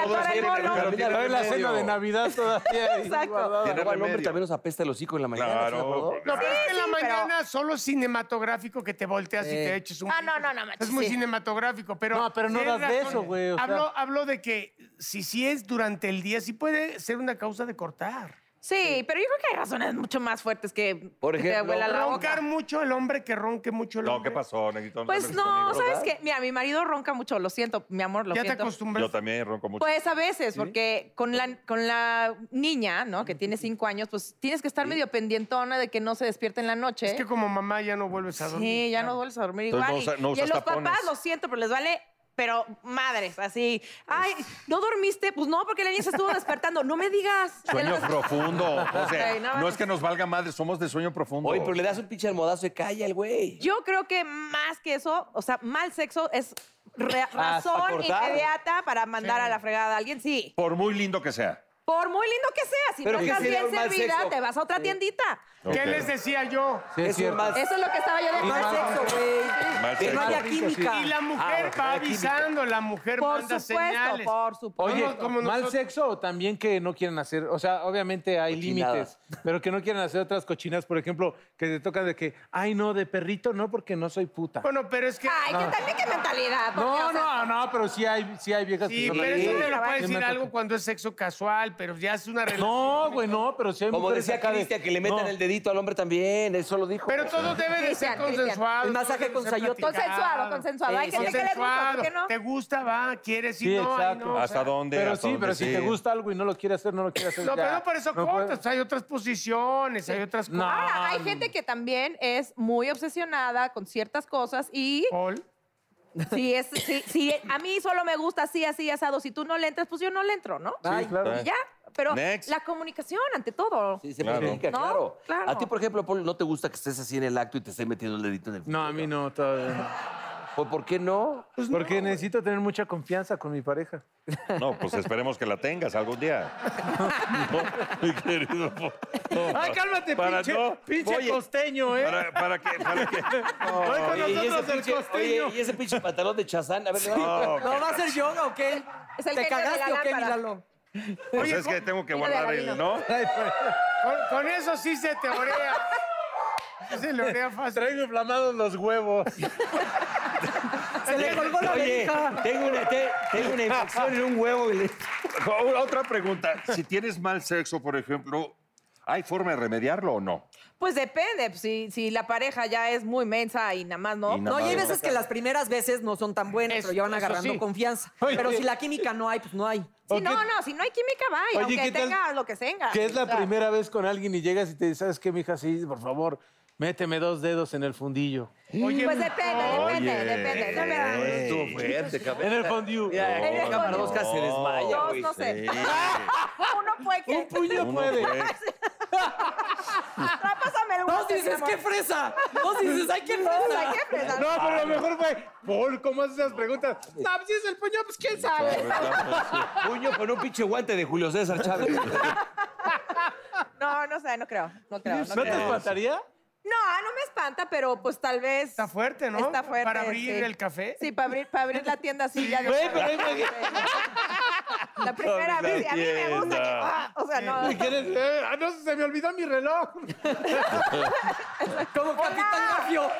atora el bolo. A ver, la cena de Navidad todavía. ahí Exacto. guardada. Tiene Luego al hombre remedio. también nos apesta el hocico en la mañana. ¿se Claro. acordó? No, pero es que en la sí, pero- mañana solo es cinematográfico que te volteas y Eh. te eches un. Ah, no, no, no, macho, Es muy sí. cinematográfico, pero. No, pero no tienes das de razón. eso, güey, o sea. Hablo, hablo de que si sí es durante el día, sí puede ser una causa de cortar. Sí, pero yo creo que hay razones mucho más fuertes que, Por que te ejemplo, huela la boca. Roncar mucho el hombre que ronque mucho el No, hombre. ¿qué pasó, Neguito? Pues te no, metas conmigo. ¿sabes qué? Mira, mi marido ronca mucho, lo siento, mi amor, lo Ya te siento. acostumbras. Yo también ronco mucho. Pues a veces, porque con la, con la niña, ¿no? Que tiene cinco años, pues tienes que estar medio pendientona de que no se despierte en la noche. Es que como mamá ya no vuelves a dormir. sí, ya no claro. vuelves a dormir Entonces igual. no usa- no y, y a usas los tapones. papás, lo siento, pero les vale pero madres, así. Ay, ¿no dormiste? Pues no, porque la niña se estuvo despertando. No me digas. <laughs> Sueño profundo. O sea, Ay, no, no, bueno. es que nos valga madre, somos de sueño profundo. Oye, pero le das un pinche almohadazo y calla el güey. Yo creo que más que eso, o sea, mal sexo es re- Ah, para razón cortar. inmediata para mandar a la fregada a alguien, sí. Por muy lindo que sea. Por muy lindo que sea, si no Pero ¿qué estás sería bien un mal servida, sexo? te vas a otra tiendita. Ok. ¿Qué les decía yo? Sí, es Es un cierto. mal- Eso es lo que estaba yo de Y mal mal sexo, sexo. güey. Mal Que no sexo. haya química. Y la Ah, mujer va avisando, la mujer Ah. Por manda supuesto, señales. por supuesto. No, Oye, no, como mal nosotros- sexo o también que no quieren hacer, o sea, obviamente hay límites, Cochinadas. pero que no quieren hacer otras cochinas, por ejemplo, que te toca de que, ay, no, de perrito no, porque no soy puta. Bueno, pero es que. Ay, que también qué mentalidad. porque, No, o sea, no, no, pero sí hay, sí hay viejas Sí, que son pero así. eso te lo Sí puede me decir ha algo pues, cuando es sexo casual, pero ya es una relación. No, güey, no, pero sí hay Como mujeres decía acá de- Cristian, que le metan No. el dedito al hombre también, eso lo dijo. Pero todo debe de ser Cristian, Cristian. consensuado. El masaje todo debe de ser con sayote. platicado. Consensuado, consensuado. Hay Sí, gente que le gusta, ¿por qué consensuado. no? ¿Te gusta? Va, quieres ir. Sí, no, ay, exacto. no, o ¿Hasta sea, dónde? Pero ¿Hasta sí, pero dónde si te gusta algo y no lo quiere hacer, no lo quiere hacer. No, ya. pero no por eso No pues. puede- cortas. Hay otras posiciones, hay otras No. cosas. Ahora, hay gente que también es muy obsesionada con ciertas cosas y <laughs> Paul. si es, si, si a mí solo me gusta así, así, asado, si tú no le entras, pues yo no le entro, ¿no? Sí, claro. Y ya, pero Next. la comunicación ante todo. Sí, se Claro. platica, No, claro. claro. A ti, por ejemplo, Paul, ¿no te gusta que estés así en el acto y te estés metiendo el dedito en el Pues, No, a mí no, todavía <laughs> no. ¿Por, por qué no? Porque necesito tener mucha confianza con mi pareja. No, pues esperemos que la tengas algún día. <laughs> No, mi querido. po- no, Ay, cálmate, para pinche- no- pinche costeño, ¿eh? Para, para que, para que- Ay, con Oye, nosotros el pinche, costeño. oye, y ese pinche pantalón de chazán, a ver, le va. No, ¿No va a ser yoga o qué? Es el genio de ¿Te la cagaste o qué, lámpara. Míralo? pues es que tengo que Mira, guardar Gabino. el, ¿no? <laughs> Con, con eso sí se te orea. Sí se le orea fácil. Traigo inflamados los huevos. Se le colgó la Oye, verija. tengo una, te- tengo una infección en un huevo. y le- O- Otra pregunta. Si tienes mal sexo, por ejemplo, ¿hay forma de remediarlo o no? Pues depende, pues, si, si la pareja ya es muy mensa y nada más no. Y nada No, y hay más. veces que las primeras veces no son tan buenas, Eso- pero ya van eso agarrando sí. confianza. Oye. Pero si la química no hay, pues no hay. Si no, no, si no hay química, vaya, Oye, aunque ¿qué tal- tenga lo que tenga. Que es la O sea, primera vez con alguien y llegas y te dices, ¿sabes qué, mija? Sí, por favor, méteme dos dedos en el fundillo. Oye, Pues depende, depende, Oye. depende. No, me- Estuvo fuerte, En cabrón. el fundido. Ya, En el cámara Oscar se desmaya, dos, güey. no sé. Sí. <laughs> Uno puede que. Un puño Uno pues puede. puede. Ah, pásame el Dos guante, mi dices, amor. ¡qué fresa! Dos dices, <laughs> ¡ay, qué O sea, fresa! ¿qué fresa? No, pero a lo mejor fue, Paul, ¿cómo haces esas preguntas? No, pues si es el puño, pues quién sabe. Puño con un pinche guante de Julio César Chávez. No, no sé, no creo. No creo. No, ¿No te creo. espantaría? no, no me espanta, pero pues tal vez. Está fuerte, ¿no? Está fuerte. Para abrir sí. el café. Sí, para abrir, para abrir la tienda así ya de Güey, pero imagínate. La primera vez. A mí me gusta que. ah, o sea, no. ¿Qué quieres? Eh, Ah, no, se me olvidó mi reloj. Como Capitán Garfio. Hola,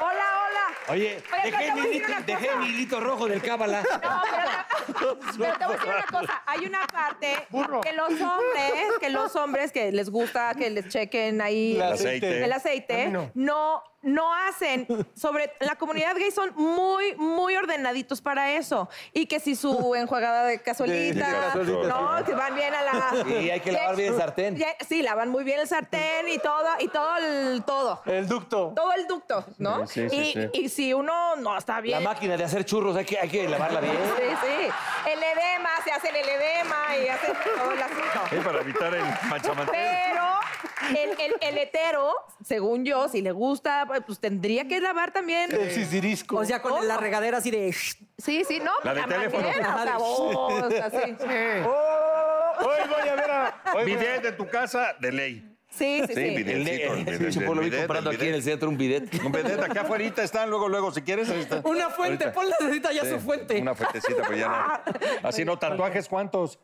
hola. Oye, pero dejé te voy mi, a decir hilito- una dejé cosa. mi hilito rojo del cábala. No, pero, pero te voy a decir una cosa. Hay una parte Burro. que los hombres, que los hombres que les gusta que les chequen ahí El aceite. el aceite, no. no. no hacen. Sobre la comunidad gay son muy, muy ordenaditos para eso. Y que si su enjuagada de De casolita, cazuelita, no, sí. que van bien a la. Sí, hay que lavar bien el sartén. Ya- Sí, lavan muy bien el sartén y todo, y todo el todo. El ducto. Todo el ducto, ¿no? Sí, sí, y, sí. y si uno no está La bien, máquina de hacer churros, hay que, hay que lavarla bien. Sí, sí. El edema, se hace el edema y hacen todo el asunto. Sí, para evitar el machamantel. Pero el, el, el hetero, según yo, si le gusta, pues tendría que lavar también. El sisirisco. O sea, con la regadera así de... Sí, sí, no. pues, La de teléfono. manguera, o sea, vos, así. Hoy voy a ver a. hoy voy a- Bidet de tu casa, de ley. Sí, sí, Sí, sí. bidet. El de, Bidetcito, el bidet, pinche el Paul, lo vi bidet, el comprando aquí bidet. en el centro un bidet. <clears throat> Un bidet, acá afuera están, luego, luego, si quieres. ahí está. Una fuente, Ahorita. Paul necesita ya Sí, su fuente. <laughs> Una fuentecita, pero ya no. Así no, tatuajes, ¿cuántos?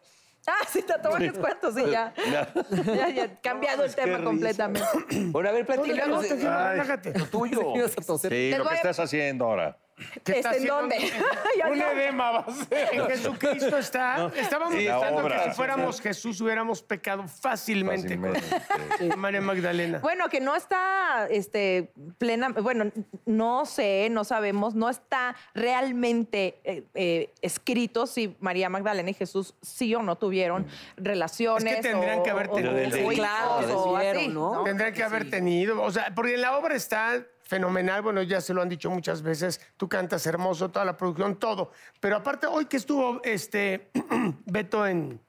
Ah, sí, tatuajes cuántos, sí, ya. Ya, ya, cambiado el tema completamente. Bueno, a ver, No, platícanos te- de- relájate. lo tuyo. Ibas a toser. Sí, Les lo voy que a- estás haciendo ahora. ¿Qué está Este, ¿En haciendo? dónde? <laughs> Yo Un no. edema va a ser. En Jesucristo está. Estábamos Sí, la pensando que obra. si fuéramos Jesús hubiéramos pecado fácilmente. con Fácilmente. María Magdalena. Bueno, que no está este, plena, bueno, no sé, no sabemos, no está realmente eh, eh, escrito si María Magdalena y Jesús sí o no tuvieron relaciones. Es Mm. que tendrían o- que haber o- tenido. o Sí, claro, hijos que o así, tuvieron, ¿no? Tendría que haber tenido, o sea, porque en la obra está fenomenal. Bueno, ya se lo han dicho muchas veces. Tú cantas hermoso, toda la producción, todo. Pero aparte, hoy que estuvo este <clears throat> Beto en,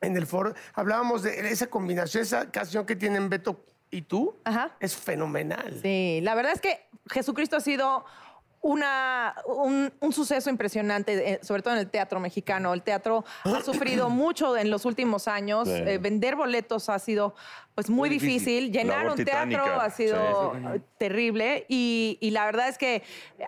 en el foro, hablábamos de esa combinación, esa canción que tienen Beto y tú. Es fenomenal. Sí, la verdad es que Jesucristo ha sido una, un, un suceso impresionante, eh, sobre todo en el teatro mexicano. El teatro ha sufrido mucho en los últimos años. Ah. Sí. Eh, vender boletos ha sido pues, muy Muy difícil. difícil. Llenar Labor un teatro titánica. ha sido Sí. eh, terrible. Y, y la verdad es que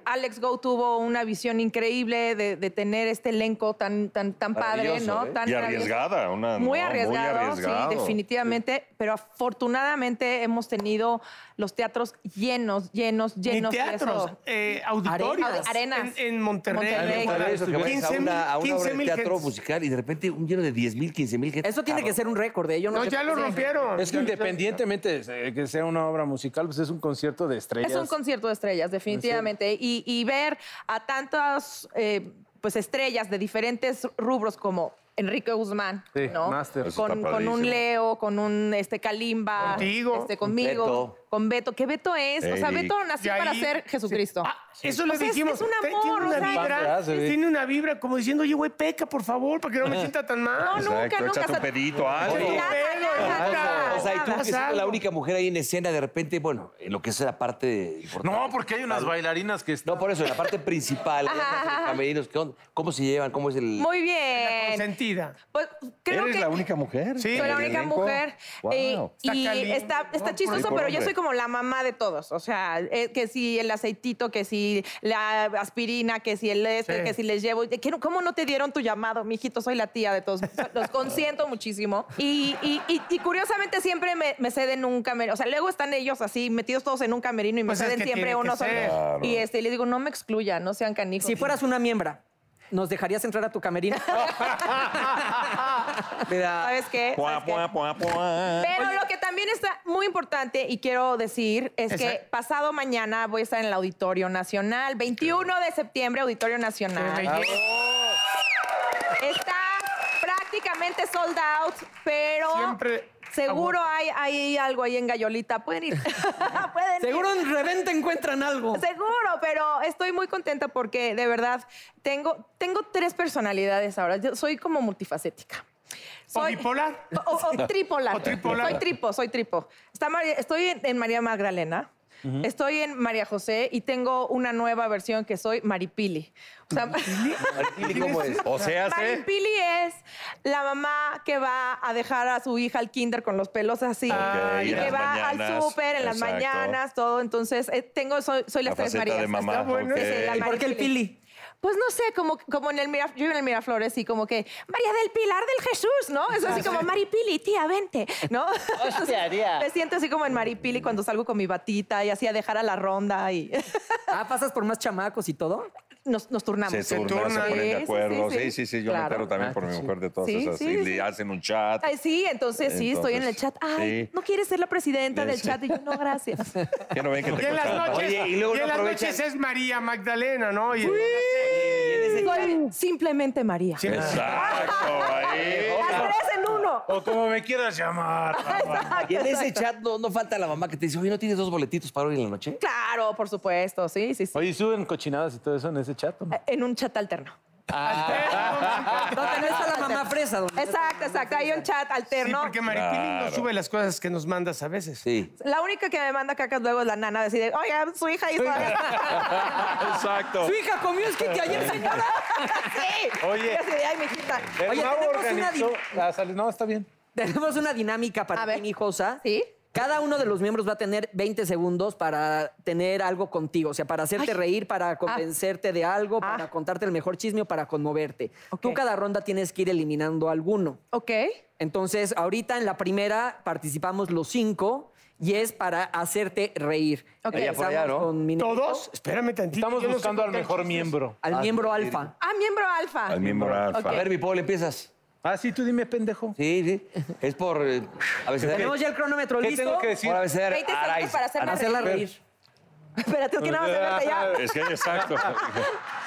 Alex Go tuvo una visión increíble de, de tener este elenco tan, tan, tan padre, Maravilloso, ¿no? ¿eh? Tan y maravilloso. arriesgada, una Muy, no, arriesgado, arriesgado. sí, definitivamente. Pero afortunadamente hemos tenido los teatros llenos, llenos, Ni llenos. y teatros, pues, eso- eh, auditorios. Are- arenas. En, en Monterrey. Monterrey. Para eso, que vayas a 15,000, una, a una obra de 15,000 teatro gentes. musical y de repente un lleno de 10 mil, 15 mil gente. Eso tiene que ser un récord, ¿eh? Yo no, No, sé- ya lo rompieron. <laughs> Es que independientemente de eh, que sea una obra musical, pues es un concierto de estrellas. Es un concierto de estrellas, definitivamente. Y, y ver a tantas eh, pues estrellas de diferentes rubros como Enrique Guzmán, Sí, ¿no? máster. Eso Con, está con un padrísimo. Leo, con un este Kalimba, Contigo. este, conmigo, Beto. con Beto. ¿Qué Beto es? O sea, Eric. Beto nació Y para ahí- ser Jesucristo. Ah, Eso lo O sea, Pues es- dijimos. es un Te- amor, Tiene o una sea, vibra, Fantástico, sí. tiene una vibra como diciendo, oye, güey, peca, por favor, para que no me sienta tan No, mal. nunca, Exacto, nunca. échate o sea, un pedito, algo. Oye, nada, pedo, nada, nunca. nada. Ah, O sea, y tú Nada. que siendo la única mujer ahí en escena, de repente, bueno, en lo que es la parte importante. No, porque hay unas bailarinas que están. No, por eso, en la parte principal, Ajá, ya sabes, ajá. camerinos, ¿qué onda? ¿cómo se llevan? ¿Cómo es el...? Muy bien. Consentida. Pues creo ¿Eres que la única mujer? Sí. soy la ¿En el única elenco? mujer. Wow. eh, Está y caliente, está, ¿no? está Por- chistoso, por pero yo hombre. soy como la mamá de todos. O sea, eh, que si el aceitito, que si la aspirina, que si el este, Sí. que si les llevo. ¿Qué no- ¿Cómo no te dieron tu llamado, mijito? Soy la tía de todos. Los <laughs> consiento muchísimo. Y, y- y- y curiosamente siempre me, me ceden un camerino. O sea, luego están ellos así, metidos todos en un camerino y me Pues es ceden que siempre tiene que unos a ser. Claro. Y este, y les digo, no me excluyan, no sean canijos. Si fueras una miembra, ¿nos dejarías entrar a tu <laughs> camerino? <laughs> Mira, ¿Sabes qué? Puá, ¿Sabes qué? puá, puá, puá. Pero lo que también está muy importante y quiero decir es que Exacto. pasado mañana voy a estar en el Auditorio Nacional, 21 de septiembre, Auditorio Nacional. Está prácticamente sold out, pero Siempre seguro hay, hay algo ahí en Gallolita. Pueden ir. <laughs> Pueden ir. Seguro en reventa encuentran algo. <laughs> Seguro, pero estoy muy contenta porque de verdad tengo, tengo tres personalidades ahora. Yo soy como multifacética. O Soy, bipolar. o, <laughs> o tripolar. O tripolar. Soy tripo, soy tripo. Está María- estoy en, en María Magdalena, estoy en María José y tengo una nueva versión que soy Maripili. O sea, ¿y cómo <laughs> es? O sea, ¿sí? Maripili es la mamá que va a dejar a su hija al kinder con los pelos así. Ok, y en que las va al mañanas, súper en las exacto. mañanas, todo. Entonces, eh, tengo, soy, soy las La tres faceta Marías. de mamá, Está ok. Sí, la ¿Y ¿Por qué el Maripili. pili? Pues no sé, como, como en el Miraflores, yo vivo en el Miraflores y como que, María del Pilar del Jesús, ¿no? Es Ah, así como, Maripili, tía, vente, <laughs> ¿no? <laughs> Haría. Me siento así como en Maripili cuando salgo con mi batita y así a dejar a la ronda y <laughs> Ah, pasas por más chamacos y todo. nos, nos turnamos. Se turnan, se Sí, ponen de sí, acuerdo. sí, sí. Sí, sí, Ah, sí. yo Claro. me entero también por mi mujer de todas Sí, esas. sí, y sí. le hacen un chat. Ay, sí, entonces sí, estoy en el Entonces, chat. Ay, sí. no quieres ser la presidenta del Sí. chat. Y yo, no, gracias. Ya no ven que te Y en las contratan. noches, Oye, y luego y no en las aprovechan. noches es María Magdalena, ¿no? Y- Soy simplemente María. Sí. <laughs> Exacto, ahí. Las tres en uno. O como me quieras llamar. <laughs> Y en ese chat no, no falta la mamá que te dice, oye, ¿no tienes dos boletitos para hoy en la noche? Claro, por supuesto, sí, sí, sí. Oye, ¿y ¿suben cochinadas y todo eso en ese chat? o no? En un chat alterno. Donde no está la mamá fresa. donde no está- Exacto, exacto. Hay un chat Sí, alterno. porque Maripili no Claro. sube las cosas que nos mandas a veces. Sí. La única que me manda cacas luego es la nana. Decide, oiga, su hija hizo. Exacto. Su hija comió esquite ayer, señora. sí. Oye. Y así de, "Ay, mijita". El Oye, Mau tenemos una organizó di- la salida. Ah, No, está bien. Tenemos una dinámica A para ver. ti, mi Josa. Sí. Cada uno de los miembros va a tener 20 segundos para tener algo contigo, o sea, para hacerte reír, para convencerte de algo, Ah. para contarte el mejor chisme o para conmoverte. Ok. Tú cada ronda tienes que ir eliminando alguno. Ok. Entonces, ahorita en la primera participamos los cinco y es para hacerte reír. Ok. Allá por allá, Empezamos ¿no? con mi- ¿Todos? Espérame tantito. Estamos yo no sé buscando al contar mejor chistes. miembro. Al miembro alfa. Ah, miembro alfa. Al miembro alfa. A ver, mi Paul, empiezas. Ah, sí, tú dime, pendejo. Sí, sí. Es por... eh, abecedario. Tenemos ya el cronómetro ¿Qué listo. tengo que decir? Por abecedario. 20 segundos Araiz. para hacerme Para hacerla reír. reír. <laughs> Espérate, es que nada más de verte ya. <laughs> Es que exacto.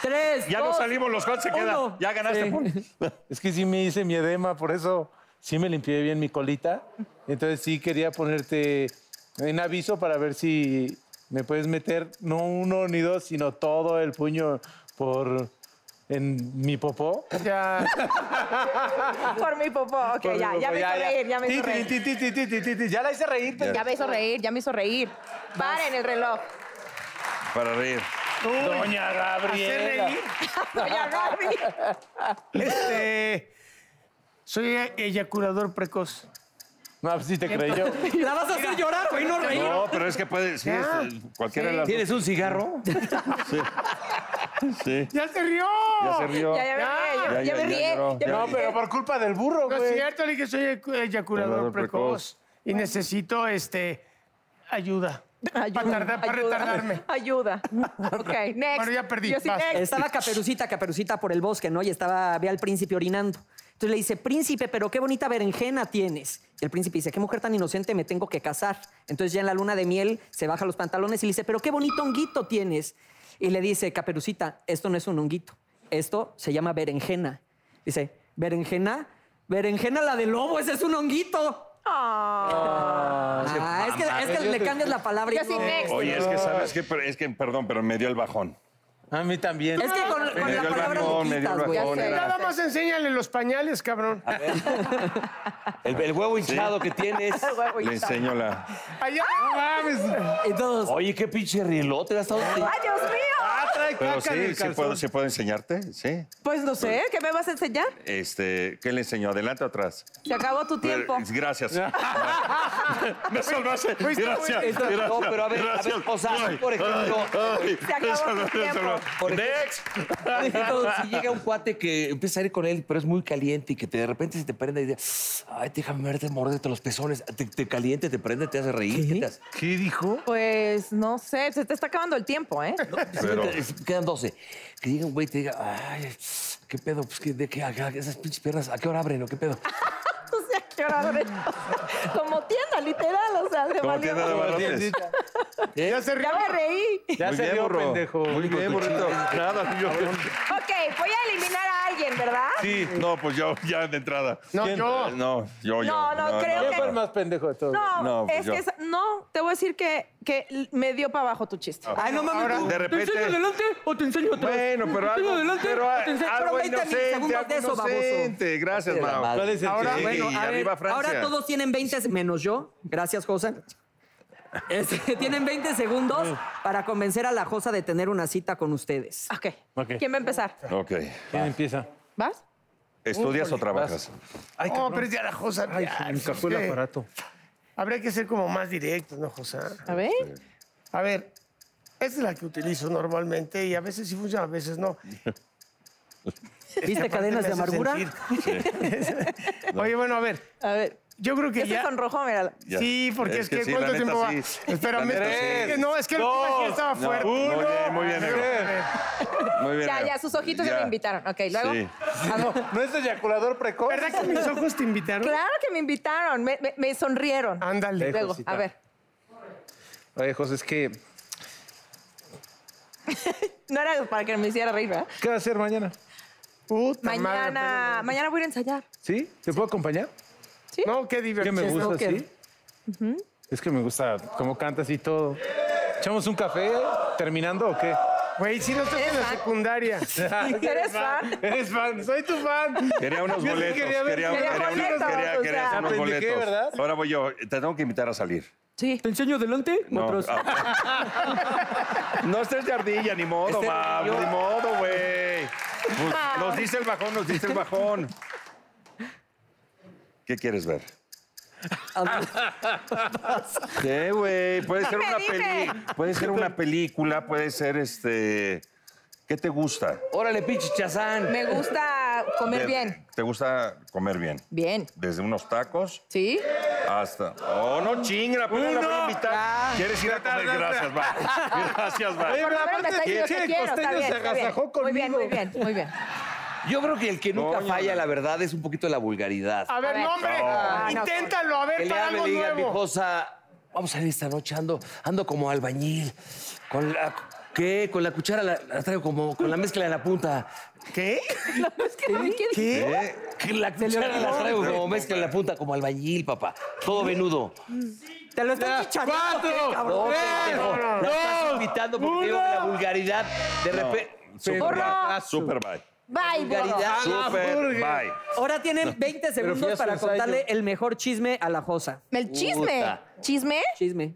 Tres. Ya no dos, salimos los cuatro, se queda. uno. Ya ganaste. Paul. <laughs> Es que sí me hice mi edema, por eso sí me limpié bien mi colita. Entonces sí quería ponerte en aviso para ver si me puedes meter no uno ni dos, sino todo el puño por en mi popó. Ya. Por mi popó, ok, Por mi ya, ya me popó, hizo reír, ya me hizo Ti, ti, reír. ti, ti, ti, ti, ti, ti, Ya la hice reír. Ya me hizo reír, ya me hizo reír. Paren el reloj. <laughs> Para reír. Doña Gabriela. Doña Gaby. Este. Soy eyaculador precoz. No, pues sí te creyó. La vas a hacer llorar, güey, no reír. No, pero es que puede. Sí, Ya. es- eh, cualquiera de las. ¿Tienes un cigarro? Sí, ¡Ya se rió! ya se rió. Ya, ya me rié, Ya, ya, ya, ya me ya, ya rié. ya lloró, ya. me No, rié. pero por culpa del burro, No es güey. cierto, le dije, soy eyacu- eyaculador Eyaculador precoz. precoz. Y necesito, este, ayuda. Ayuda, Para tardar, para ayuda, retardarme. Ayuda. Ok, next. Bueno, ya perdí, Yo sí, vas. next. Estaba Caperucita, Caperucita por el bosque, ¿no? Y estaba, había al príncipe orinando. Entonces le dice, príncipe, pero qué bonita berenjena tienes. Y el príncipe dice, qué mujer tan inocente, me tengo que casar. Entonces ya en la luna de miel se baja los pantalones y le dice, pero qué bonito honguito tienes. Y le dice, Caperucita, esto no es un honguito, esto se llama berenjena. Dice, berenjena, berenjena la de lobo, ese es un honguito. Ah, es que, es que le cambias la palabra. y Yo sí, no. next. Oye, es que sabes que. Es que, perdón, pero me dio el bajón. A mí también. Es que con, con Me la dio el palabra bajón, Oh, le me dio el quitas, güey. bajón. Ya sé. era- Nada más enséñale los pañales, cabrón. El, el huevo hinchado que <laughs> tienes. Huevo Le hinchado. enseño la. Allá, no ¡Ah! mames. Y todos, Oye, qué pinche rielote. ¿has estado- ¡Ay, Dios mío! Ah, trae Pero caca en sí, el sí calzón. puedo, sí puedo enseñarte, sí. Pues no sé, ¿qué me vas a enseñar? Este, ¿qué le enseñó? ¿Adelante o atrás? Se acabó tu tiempo. <laughs> Gracias. Me salvaste. fuiste muy- Gracias. Esto- gracias, no, pero a ver, a ver, gracias. o sea, Ay, por ejemplo, ay, se acabó eso tu no, eso tiempo. no. Por ejemplo- Next. <laughs> Pero si llega un cuate que empieza a ir con él, pero es muy caliente y que te- de repente se te prende y dice, ay, déjame verte, morderte los pezones. Te, te caliente, te prende, te hace reír. ¿Qué te hace? ¿Qué dijo? Pues no sé, se te está acabando el tiempo, ¿eh? <laughs> Pero- Es- Quedan 12. Que llega un güey y te diga, ay, qué pedo, pues que de qué, a- a- esas pinches piernas, ¿a qué hora abren o qué pedo? O sea, <laughs> qué hora habrá hecho. Como tienda, literal, o sea, de Como tienda de balones. Ya se rió. Ya me reí. Ya Muy se bien, dio, burro. pendejo. Muy bien, burrito. Nada, yo. Ok, voy a eliminar a alguien, ¿verdad? Sí, no, pues yo ya de entrada. No, yo. Eh, No, yo, yo. No, no, creo ¿Quién que- fue el más pendejo de todos? No, No, pues es yo. que esa- no, te voy a decir que, que l- me dio para abajo tu chiste. ay, no mames, tú, de ¿te enseño repente- adelante o te enseño atrás? Bueno, pero ¿Te enseño algo, pues. adelante pero, o a- te enseño- pero algo 20 inocente, milisegundos algo de eso, baboso. inocente. Gracias, Mao. ¿Cuál es el Ahora, chiste? bueno, y a ver, arriba Francia. Ahora todos tienen 20, menos yo. Gracias, Josa. Este, <laughs> tienen 20 segundos para convencer a la Josa de tener una cita con ustedes. Ok. Ok. ¿Quién va a empezar? Ok. ¿Quién empieza? ¿Vas? ¿Estudias o trabajas? Ay, No, Oh, pero es de la Josa. Ay, ya, se me encajó es el que aparato. Habría que ser como más directos, ¿no, Josa? A ver. A ver, esta es la que utilizo normalmente y a veces sí funciona, a veces no. <laughs> ¿Viste Aparte cadenas me de hace amargura? sentir. <laughs> Oye, bueno, a ver, A ver. yo creo que Este ya... sonrojo, mira. Ya. Sí, porque es, que, sí, ¿cuánto la tiempo neta, va? sí. Espérame. La es neta, que- sí. no, es que Dos. la última sí estaba No, Uh, fuerte. muy bien, muy bien, negro. Muy bien. Ya, negro. ya, sus ojitos ya me invitaron. Ok, luego. Sí. No es eyaculador precoz. ¿Verdad que mis ojos te invitaron? Claro que me invitaron, me, me- me sonrieron. Ándale. Luego, Josita. a ver. Oye, José, es que. No era para que me hiciera reír, ¿verdad? ¿Qué va a hacer mañana? Puta madre, Mañana, mañana voy a ir a ensayar. ¿Sí? ¿Te puedo acompañar? pero- No, qué Es que divertido. me gusta, ¿no? ¿sí? Es que me gusta cómo cantas y todo. ¿Echamos un café terminando o qué? Güey, si no estás en la <laughs> secundaria. ¿Eres fan? <laughs> Eres fan, soy tu fan. Quería unos Yo sí boletos. quería Quería, ver- unos- Quería quería unos- boletos, quería- o quería sea. unos Aprendí que, boletos. ¿verdad? Ahora voy yo. Te tengo que invitar a salir. Sí. ¿Te enseño adelante? o No, atrás? ah, no estés de ardilla, ni modo, Este mam, yo- ni modo, güey. Pues, nos dice el bajón, nos dice el bajón. ¿Qué quieres ver? Sí, güey. Puede ser Me una dime. peli, puede ser una película, puede ser este. ¿Qué te gusta? Órale, pinche chazán. Me gusta comer Ver, bien. ¿Te gusta comer bien? Bien. Desde unos tacos ¿Sí? hasta. Ah. Oh, no chingra, apenas la voy a invitar. ¿Quieres ir a comer? Gracias, va. <laughs> Gracias, va. Por lo menos me está diciendo que quiero. Está bien, está bien. Muy bien, muy bien, muy bien. <laughs> Yo creo que el que nunca Coño, falla, güey. la verdad, es un poquito la vulgaridad. A ver, ver. no, hombre. No. Inténtalo, a Que ver, le para hable y algo le diga, mi nuevo. esposa, vamos a ir esta noche, ando, ando como albañil. Con la, ¿Qué? Con la cuchara la, la traigo como con la mezcla en la punta. ¿Qué? ¿Eh? Que La cuchara la traigo como mezcla en la punta, como albañil, papá. Todo venudo. Te lo están chichando. ¡Cuatro! No, este, pendejo. cabrón! La estás invitando porque digo la vulgaridad. De repente. Porro. Super bye. Bye, Vulgaridad. burro. Super bye. Ahora tienen 20 fui a segundos su para ensayo. contarle el mejor chisme a la Josa. El chisme. Puta. ¿Chisme? Chisme.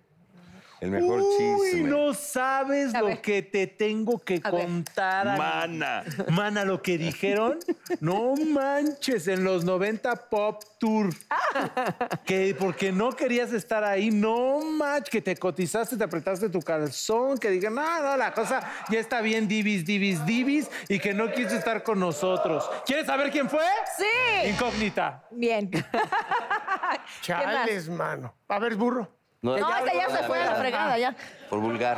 El mejor Uy, chisme. no sabes A lo ver. que te tengo que A ver. contar. Ana. Mana. Mana, lo que dijeron, no manches, en los 90 Pop Tour. Que porque no querías estar ahí, no manches, que te cotizaste, te apretaste tu calzón, que digan, no, no, la cosa ya está bien, divis, divis, divis, y que no quiso estar con nosotros. ¿Quieres saber quién fue? Sí. Incógnita. <laughs> Bien. Chales, mano. A ver, burro. No, esta ya se fue a la fregada, ya. Por vulgar.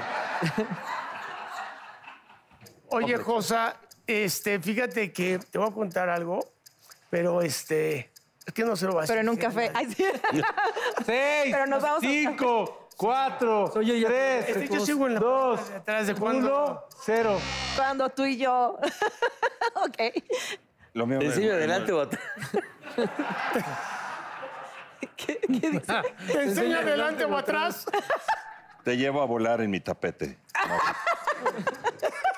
Oye, Josa, este, fíjate que te voy a contar algo, pero este, es que no se lo vas a Pero en un decir. café. Ay, sí. <laughs> Seis, Pero nos vamos a- cinco, cuatro, tres, Este, yo sigo en la dos, parte de atrás de cuando- uno, cero. Cuando tú y yo. <laughs> ok. ¿Eh? Lo mío. Sencillo, adelante, botón. ¿Te enseña adelante o atrás? Te llevo a volar en <laughs> mi tapete. No.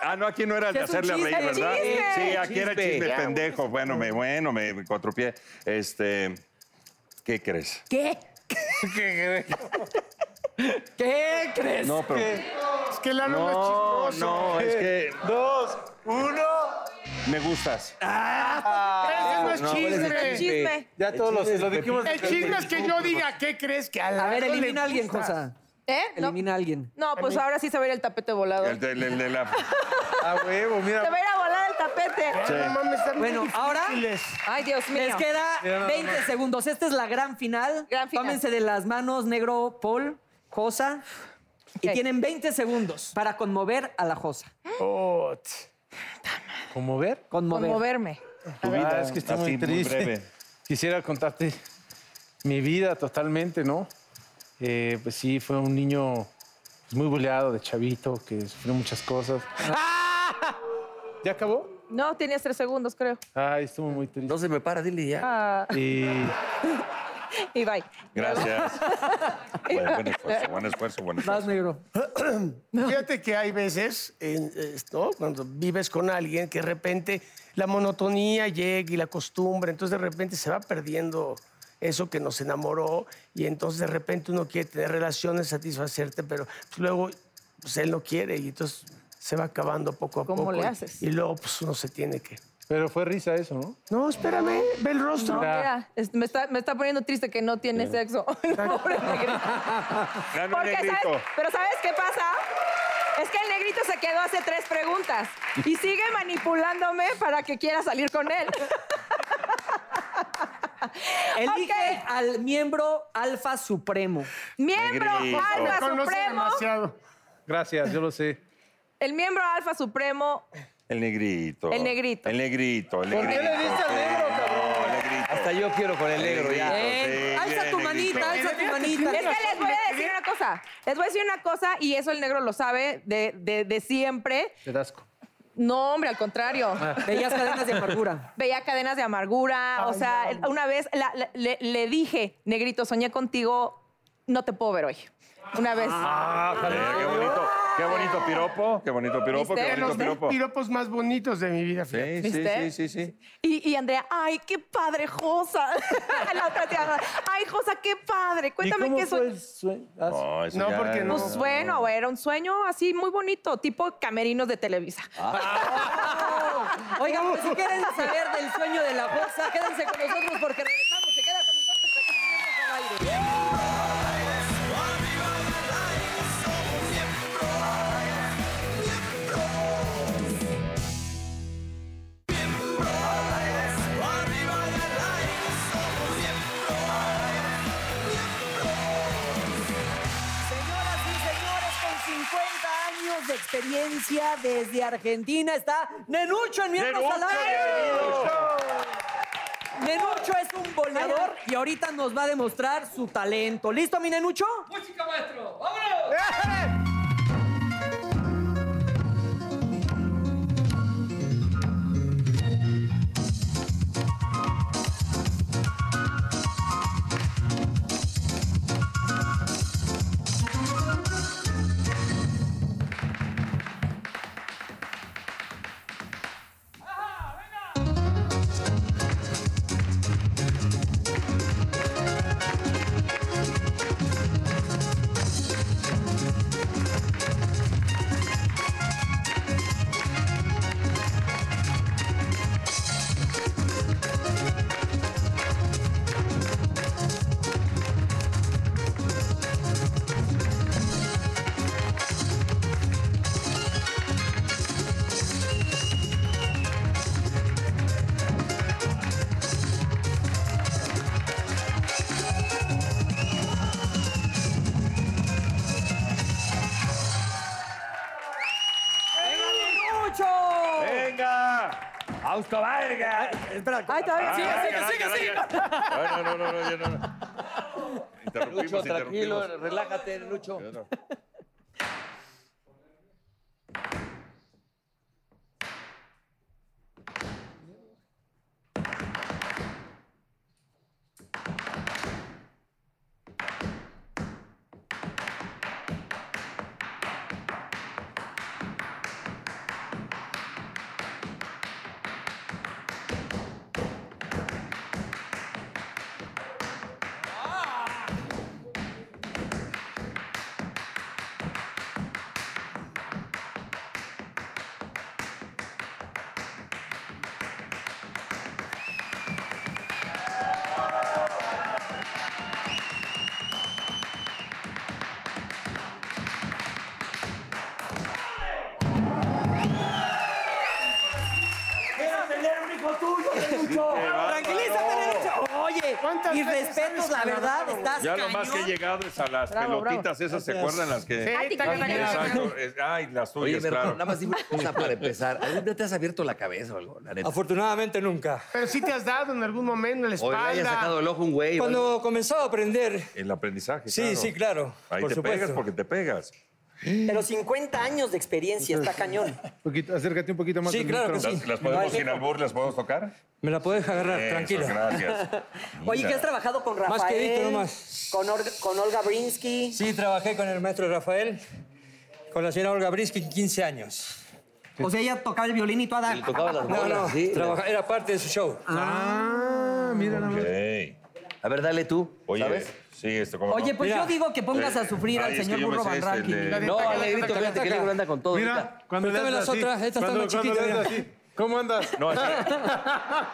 Ah, no, aquí no era el de es un hacerle chisme, reír, ¿verdad? chisme. Sí, aquí era el Chisme. chisme pendejo. Bueno, me, bueno, me me cuatropié. Este, ¿qué crees? ¿Qué? ¿Qué crees? No, pero. Es que la no, No, es chismoso. no, es que Dos, uno. me gustas. Ese no es No, ¿cuál es chisme. El chisme. Ya todos los lo dijimos. El chisme es que yo diga qué crees que a la A ver, no le elimina a alguien, gusta. Josa. ¿Eh? No. Elimina a alguien. No, pues ahora sí se va a ir el tapete volado. El de, el- el de la. A huevo, Se mira. va a ir a volar el tapete. Sí. No mames, están Bueno, bien ahora- difíciles. Ay, Dios mío. Les queda 20 segundos. Esta es la gran final. Gran final. Tómense de las manos, negro, Paul, Josa. Y Ok. tienen 20 segundos para conmover a la Josa. Oh, tss. ¿Cómo ver? Conmover. Conmoverme. Tu Ah, vida, es que estoy así, muy triste. breve. Quisiera contarte mi vida totalmente, ¿no? Eh, pues sí, fue un niño pues, muy buleado de chavito, que sufrió muchas cosas. ¡Ah! <laughs> ¿Ya acabó? No, tenías tres segundos, creo. Ay, estuvo muy triste. No se me para, dile ya. Ah, Y y bye. Gracias. Bueno, buen esfuerzo, buen esfuerzo, buen esfuerzo. Vas, negro. Fíjate que hay veces, en, eh, ¿no? cuando vives con alguien, que de repente la monotonía llega y la costumbre, entonces de repente se va perdiendo eso que nos enamoró y entonces de repente uno quiere tener relaciones, satisfacerte, pero pues, luego pues, él no quiere y entonces se va acabando poco a ¿Cómo poco. le y- haces? Y, luego pues uno se tiene que... pero fue risa eso, ¿no? No, espérame, ve el rostro. No, Ya. mira, es- me está, me está poniendo triste que no tiene sexo. <laughs> Pobre negrito. Gana un Porque, ¿sabes? negrito. Pero ¿sabes qué pasa? Es que el negrito se quedó hace tres preguntas y sigue manipulándome para que quiera salir con él. Elige Ok. al miembro alfa supremo. Miembro Negrito. alfa supremo. demasiado. Gracias, yo lo sé. El miembro alfa supremo. El negrito. El negrito. El negrito. El ¿Por qué negrito. le diste al negro, cabrón? El negrito. Hasta yo quiero con el negro ya. Bien. sí, alza bien, tu negrito. manita, alza tu manita. Es que les voy a decir una cosa. Les voy a decir una cosa y eso el negro lo sabe de, de- de siempre. Te Ah. dasco. No, hombre, al contrario. Bellas cadenas <laughs> de amargura. Veía cadenas de amargura. o sea, una vez la- la- le, le dije, negrito, soñé contigo, no te puedo ver hoy. Una vez. Eh, qué bonito. Qué bonito piropo. Qué bonito piropo. ¿Viste? Qué bonito ¿Viste? piropo. Piropos más bonitos de mi vida. fíjate. Sí, sí, ¿Viste? sí, sí, sí. Y, y Andrea, ay, qué padre, Josa. <laughs> la otra tía, ay, Josa, qué padre. ¿Y Cuéntame cómo qué fue soy. el sueño? Ah, sí. No, eso No, ya porque no. Pues bueno, güey, era un sueño así muy bonito, tipo camerinos de Televisa. Ah. Oigan, pues si quieren saber del sueño de la Josa, quédense con nosotros porque regresamos. Se queda con nosotros aquí en Miembros al Aire. Señoras y señores, con 50 años de experiencia desde Argentina está Nenucho en Miembros al Nenucho, Aire. Nenucho es un volador y ahorita nos va a demostrar su talento. ¿Listo, mi Nenucho? Thank Nacho! ¡Venga! ¡Austo Vargas! Espera, ah, Ay, todavía. sigue, sigue, caray, sigue, caray, sigue. caray. Ay, No, no, no, no, yo no. Interrumpimos, Lucho, interrumpimos. tranquilo, relájate, Lucho. ¡Quiero tener un hijo tuyo, Pelucho! qué bárbaro. Tranquilízate, Nacho. Oye, ¿Cuántas mis veces respetos, sabes la verdad, clavado? estás Ya lo cañón. más que he llegado es a las Bravo, pelotitas esas, ¿se acuerdan las que...? Sí, taca, taca, taca, taca. Exacto. es- Ay, las Oye, tuyas, mi hermano, claro. nada más dime una cosa para empezar. ¿Alguna te has abierto la cabeza o algo? La neta. Afortunadamente nunca. Pero sí te has dado en algún momento en la O le espalda. hayas sacado el ojo a un güey. o algo. Cuando comenzaba a aprender, El aprendizaje, sí, claro. sí, claro. Ahí por te supuesto. pegas porque te pegas. Pero 50 años de experiencia, está cañón. Poquito- acércate un poquito más. Sí, al claro que micrófono. sí. ¿Las, las podemos sin albur, las podemos tocar? Me la puedes agarrar, Eso, tranquilo. gracias. Oye, Mira. que has trabajado con Rafael. Más quedito nomás. Con, Or- con Olga Brinsky. Sí, trabajé con el maestro Rafael, con la señora Olga Brinsky, 15 años. O sea, ella tocaba el violín y tú a dar. Le tocaba las No, bolas. no, sí. trabaja- era parte de su show. Ah, mira nada más. Ok. A ver, dale tú. Oye, ¿Sabes? sí, esto como. Oye, pues Mira. yo digo que pongas a sufrir al Ay, es que señor yo me Burro sé Van este, el de- Ranking. No, Alegrito, Ataca, fíjate que ataca. Negro anda con todo. ahorita. Mira, cuando le Préstame haces las así, otras, esta está cuando- más cuando chiquita, le haces mira. así, ¿Cómo andas? No, así,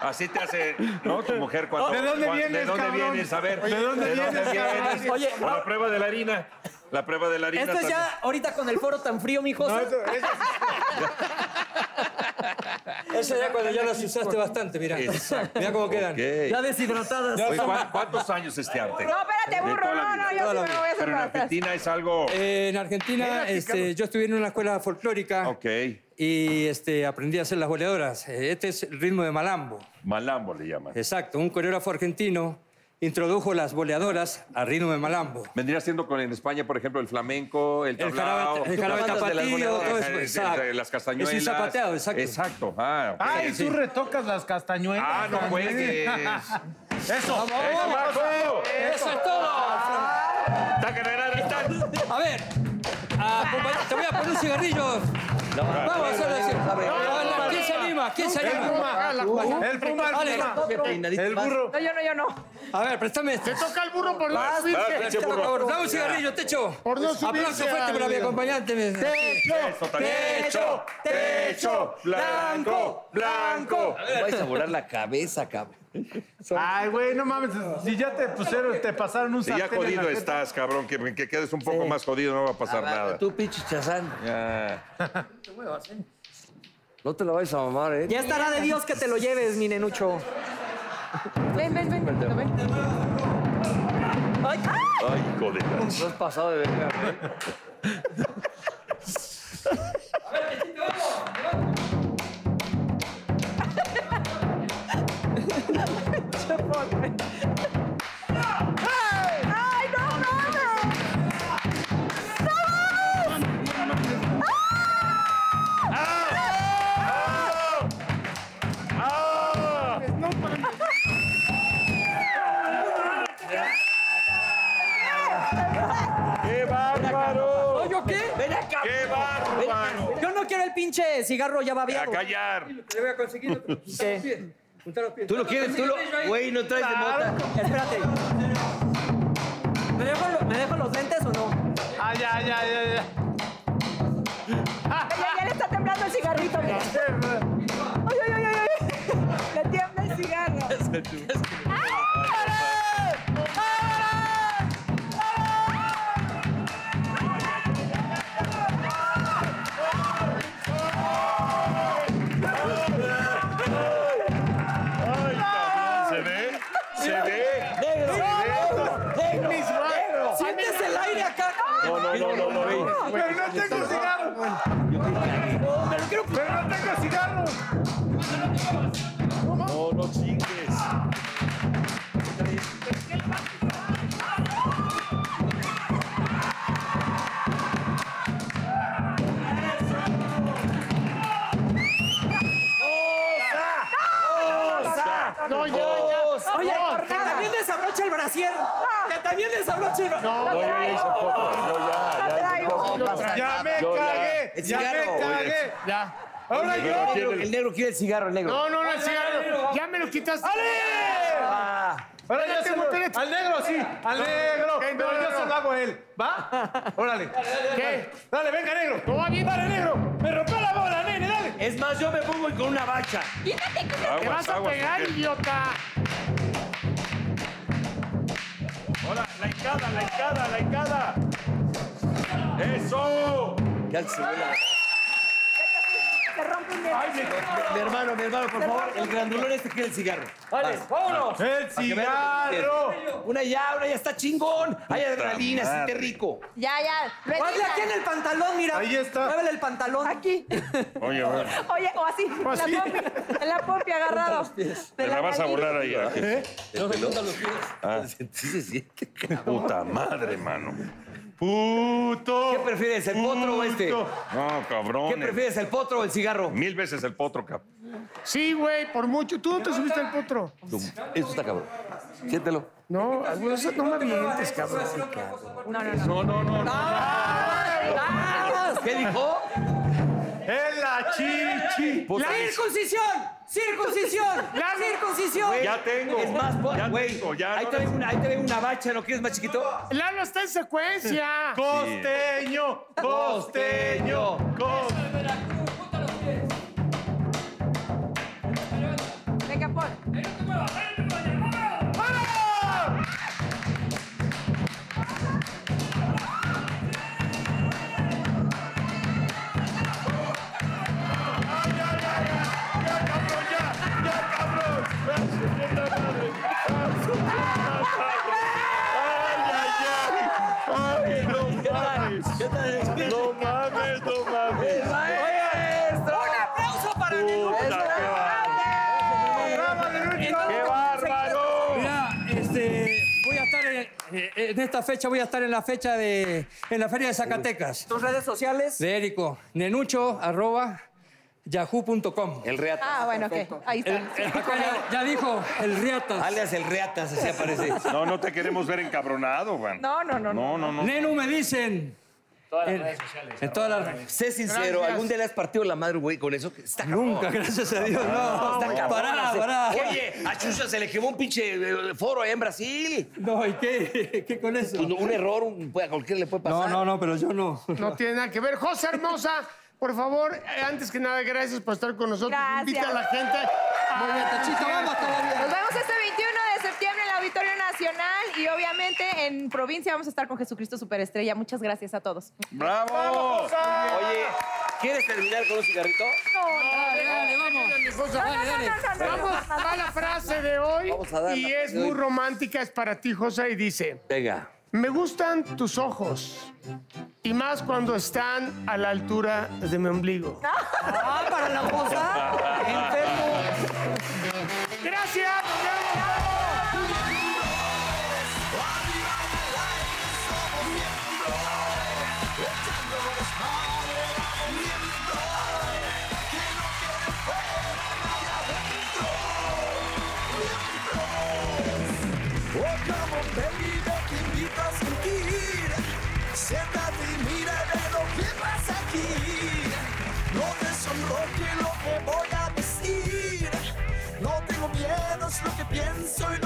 así te hace, ¿no? Tu mujer cuando. ¿De dónde cuando- vienes, ¿De dónde cabrón? vienes? A ver. ¿De dónde vienes, cabrón? Oye, O la prueba de la harina. La prueba de la harina. Esto es también. ya ahorita con el foro tan frío, mijo. No, eso- eso- Esa ya cuando ya las usaste bastante, mira. Exacto. Mira cómo quedan. Ok. Ya deshidratadas. Oye, ¿cuá- ¿Cuántos años este arte? No, espérate, De burro, toda no, la no, pues. vida. yo Toda sí la me vida. voy a hacer Pero en para atrás. Argentina es algo. Eh, en Argentina, este, yo estuve en una escuela folclórica Ok. y este, aprendí a hacer las boleadoras. Eh, Este es el ritmo de malambo. Malambo le llaman. Exacto, un coreógrafo argentino introdujo las boleadoras al ritmo de malambo. Vendría siendo con en España, por ejemplo, el flamenco, el El tablao, jarabe, el jarabe bandas de las tapatío, boleadoras, todo las, eso. eh, exacto. las castañuelas. Es un zapateado, exacto. Exacto. Ah, ok. Ay, Sí. tú retocas las castañuelas. Ah, no también. juegues. Eso. ¡Eso, Marco! ¡Eso es todo! ¡Taca, taca, taca, taca! A ver, acompañ- Ah, pues, te voy a poner un cigarrillo. Vamos a hacerlo así. A ver, ¿Quién se anima? ¿Quién se anima? Jala, Uh, El puma, Dale. el puma. El burro. No, yo no, yo no. A ver, préstame este. Te toca el burro por no subirse. pinche burro. Dame un cigarrillo, techo. Por no subirse Aplauso fuerte al- para mi acompañante. Eso también. Techo, techo, blanco, blanco. No vais a volar la cabeza, cabrón. Ay, güey, no mames. Si ya te pusieron, te pasaron un Si ya sartén en la jodido jeta. estás, cabrón, que, que quedes un poco más jodido, no va a pasar nada. Tú, pinche chazán. Ya. ¿eh? No te la vais a mamar, ¿eh? Ya estará de Dios que te lo lleves, mi nenucho. Ven, ven, ven. ven, ven. Ay, joder. No has pasado de verga. ¡Ay, no, no! ¡Qué bárbaro! ¿No, yo qué? ¡Qué bárbaro! Yo no quiero el pinche cigarro ya A babeado. callar. Le voy a conseguir otro. <laughs> Juntar los pies. Juntar los pies. Tú lo quieres, tú lo. Güey, no traes de mota. Espérate. ¿Me dejo, lo- ¿Me dejo los lentes o no? Ah, ya, ya, ya, ya. Ya, ya le está temblando el cigarrito, mira. ¡Ay, ay, ay, ay! ay. Le tiembla el cigarro. ¡Vámonos! ¡Vámonos! ¡Ay, cabrón! ¿Se ve? ¿Se ve? Sientes el aire acá. No, no, no, no, no. Pero no tengo cigarro. No, me lo quiero Pero, pero no tengo cigarro. No, no chingues. No, ya, ya. Oye, No, que también desabrocha el brasier. Que también desabrocha el brasier. No, No, ya hice poco. No, ya, ya. Ya me Yo ya- cagué. El Ya cigarro, me oye. cagué. ya. Ahora yo. El negro quiere el cigarro, el negro. No, no, no, el cigarro. Ya me lo quitaste. Ahora Ya yo se tengo lo- derecho. Al negro, sí. Al negro. ok, Pero no, no, yo no. se lo hago a él. <laughs> ¿Va? Órale. ¿Qué? Dale, venga, negro. No, va bien. Dale, negro. Me rompió la bola, nene, dale. Es más, yo me pongo y con una bacha. Te vas Aguas, a aguas. pegar, porque- idiota. Hola, la encada, la encada, la encada. ¡Eso! Ya se ve la- Te rompe un dedo. Mi hermano, mi hermano, por favor, el grandulón este quiere el cigarro. Vale, vámonos. El cigarro. Una ya, una ya está chingón. Hay adrenalina, siente rico. Ya, ya. Hazle Regina. aquí en el pantalón, mira. Ahí está. Muévele el pantalón. Aquí. Oye, bueno, Oye, o así. en así. La pompi, en la pompi agarrado. te la vas a volar ahí. ¿eh? aquí. <laughs> Ah. Sí se siente. Puta madre, mano. Puto. ¿Qué prefieres, el potro o este? No, cabrón. ¿Qué prefieres, el potro o el cigarro? Mil veces el potro, cap. Sí, güey, por mucho. Tú no te subiste al potro. Eso está cabrón. Siéntelo. No, ah, no, eso no me mientes, cabrón. ¿Qué dijo? Es la chichi. ¡Circuncisión! <laughs> ¡Circuncisión! ¡Circuncisión! Ya tengo. Es más, po- ya güey. tengo, ya. ahí, no te le- ven una, ahí te ven una bacha, ¿no quieres más chiquito? Lalo está en secuencia. Costeño. Costeño. Costeño. Venga, pon. Ay, no mames. No mames, no mames. ¡Un aplauso para Puta, qué Ah, bárbaro. ¡Qué bárbaro! Mirá, este, voy a estar en, eh, en esta fecha, voy a estar en la fecha de. en la Feria de Zacatecas. Tus redes sociales. De Érico, nenucho, arroba, yahoo.com. El reata. Ah, bueno, ok. Ahí El- está. el- acá <laughs> ya, ya dijo, el Riatas. Alias el reatas, así aparece. No, no te queremos ver encabronado, güey. No, no, no, No, no, no. Nenu me dicen. en, en todas las redes. Sé sincero, Gracias. ¿algún día le has partido la madre, güey, con eso? Está cabrón. Nunca, gracias a Dios, no. Está cabrón, pará, así. pará. Oye, a Chucha se le quemó un pinche eh, foro allá en Brasil. Pues, No, ¿y qué? ¿Qué con eso? Un, un error, un- a cualquiera le puede No, pasar. no, no, pero yo no. No tiene nada que ver. José Hermosa, por favor, eh, antes que nada, gracias por estar con nosotros. Gracias. Invita a la gente. Muy bien, Tachito, vamos todavía. Nos vemos este 21 de septiembre en el Auditorio Nacional y obviamente en provincia vamos a estar con Jesucristo Superestrella. Muchas gracias a todos. ¡Bravo! Oye, ¿quieres terminar con un cigarrito? Dale, dale, vamos. José, Dale, dale. Vamos a la frase de hoy Vamos a dar y la es frase de muy hoy. romántica, es para ti, José, y dice, Venga. me gustan tus ojos y más cuando están a la altura de mi ombligo. Ah, para la posa. Enfermo. Gracias. nos vemos. Siéntate y mira de lo que pasa aquí. No te sonroje lo que voy a decir. No tengo miedo, es lo que pienso y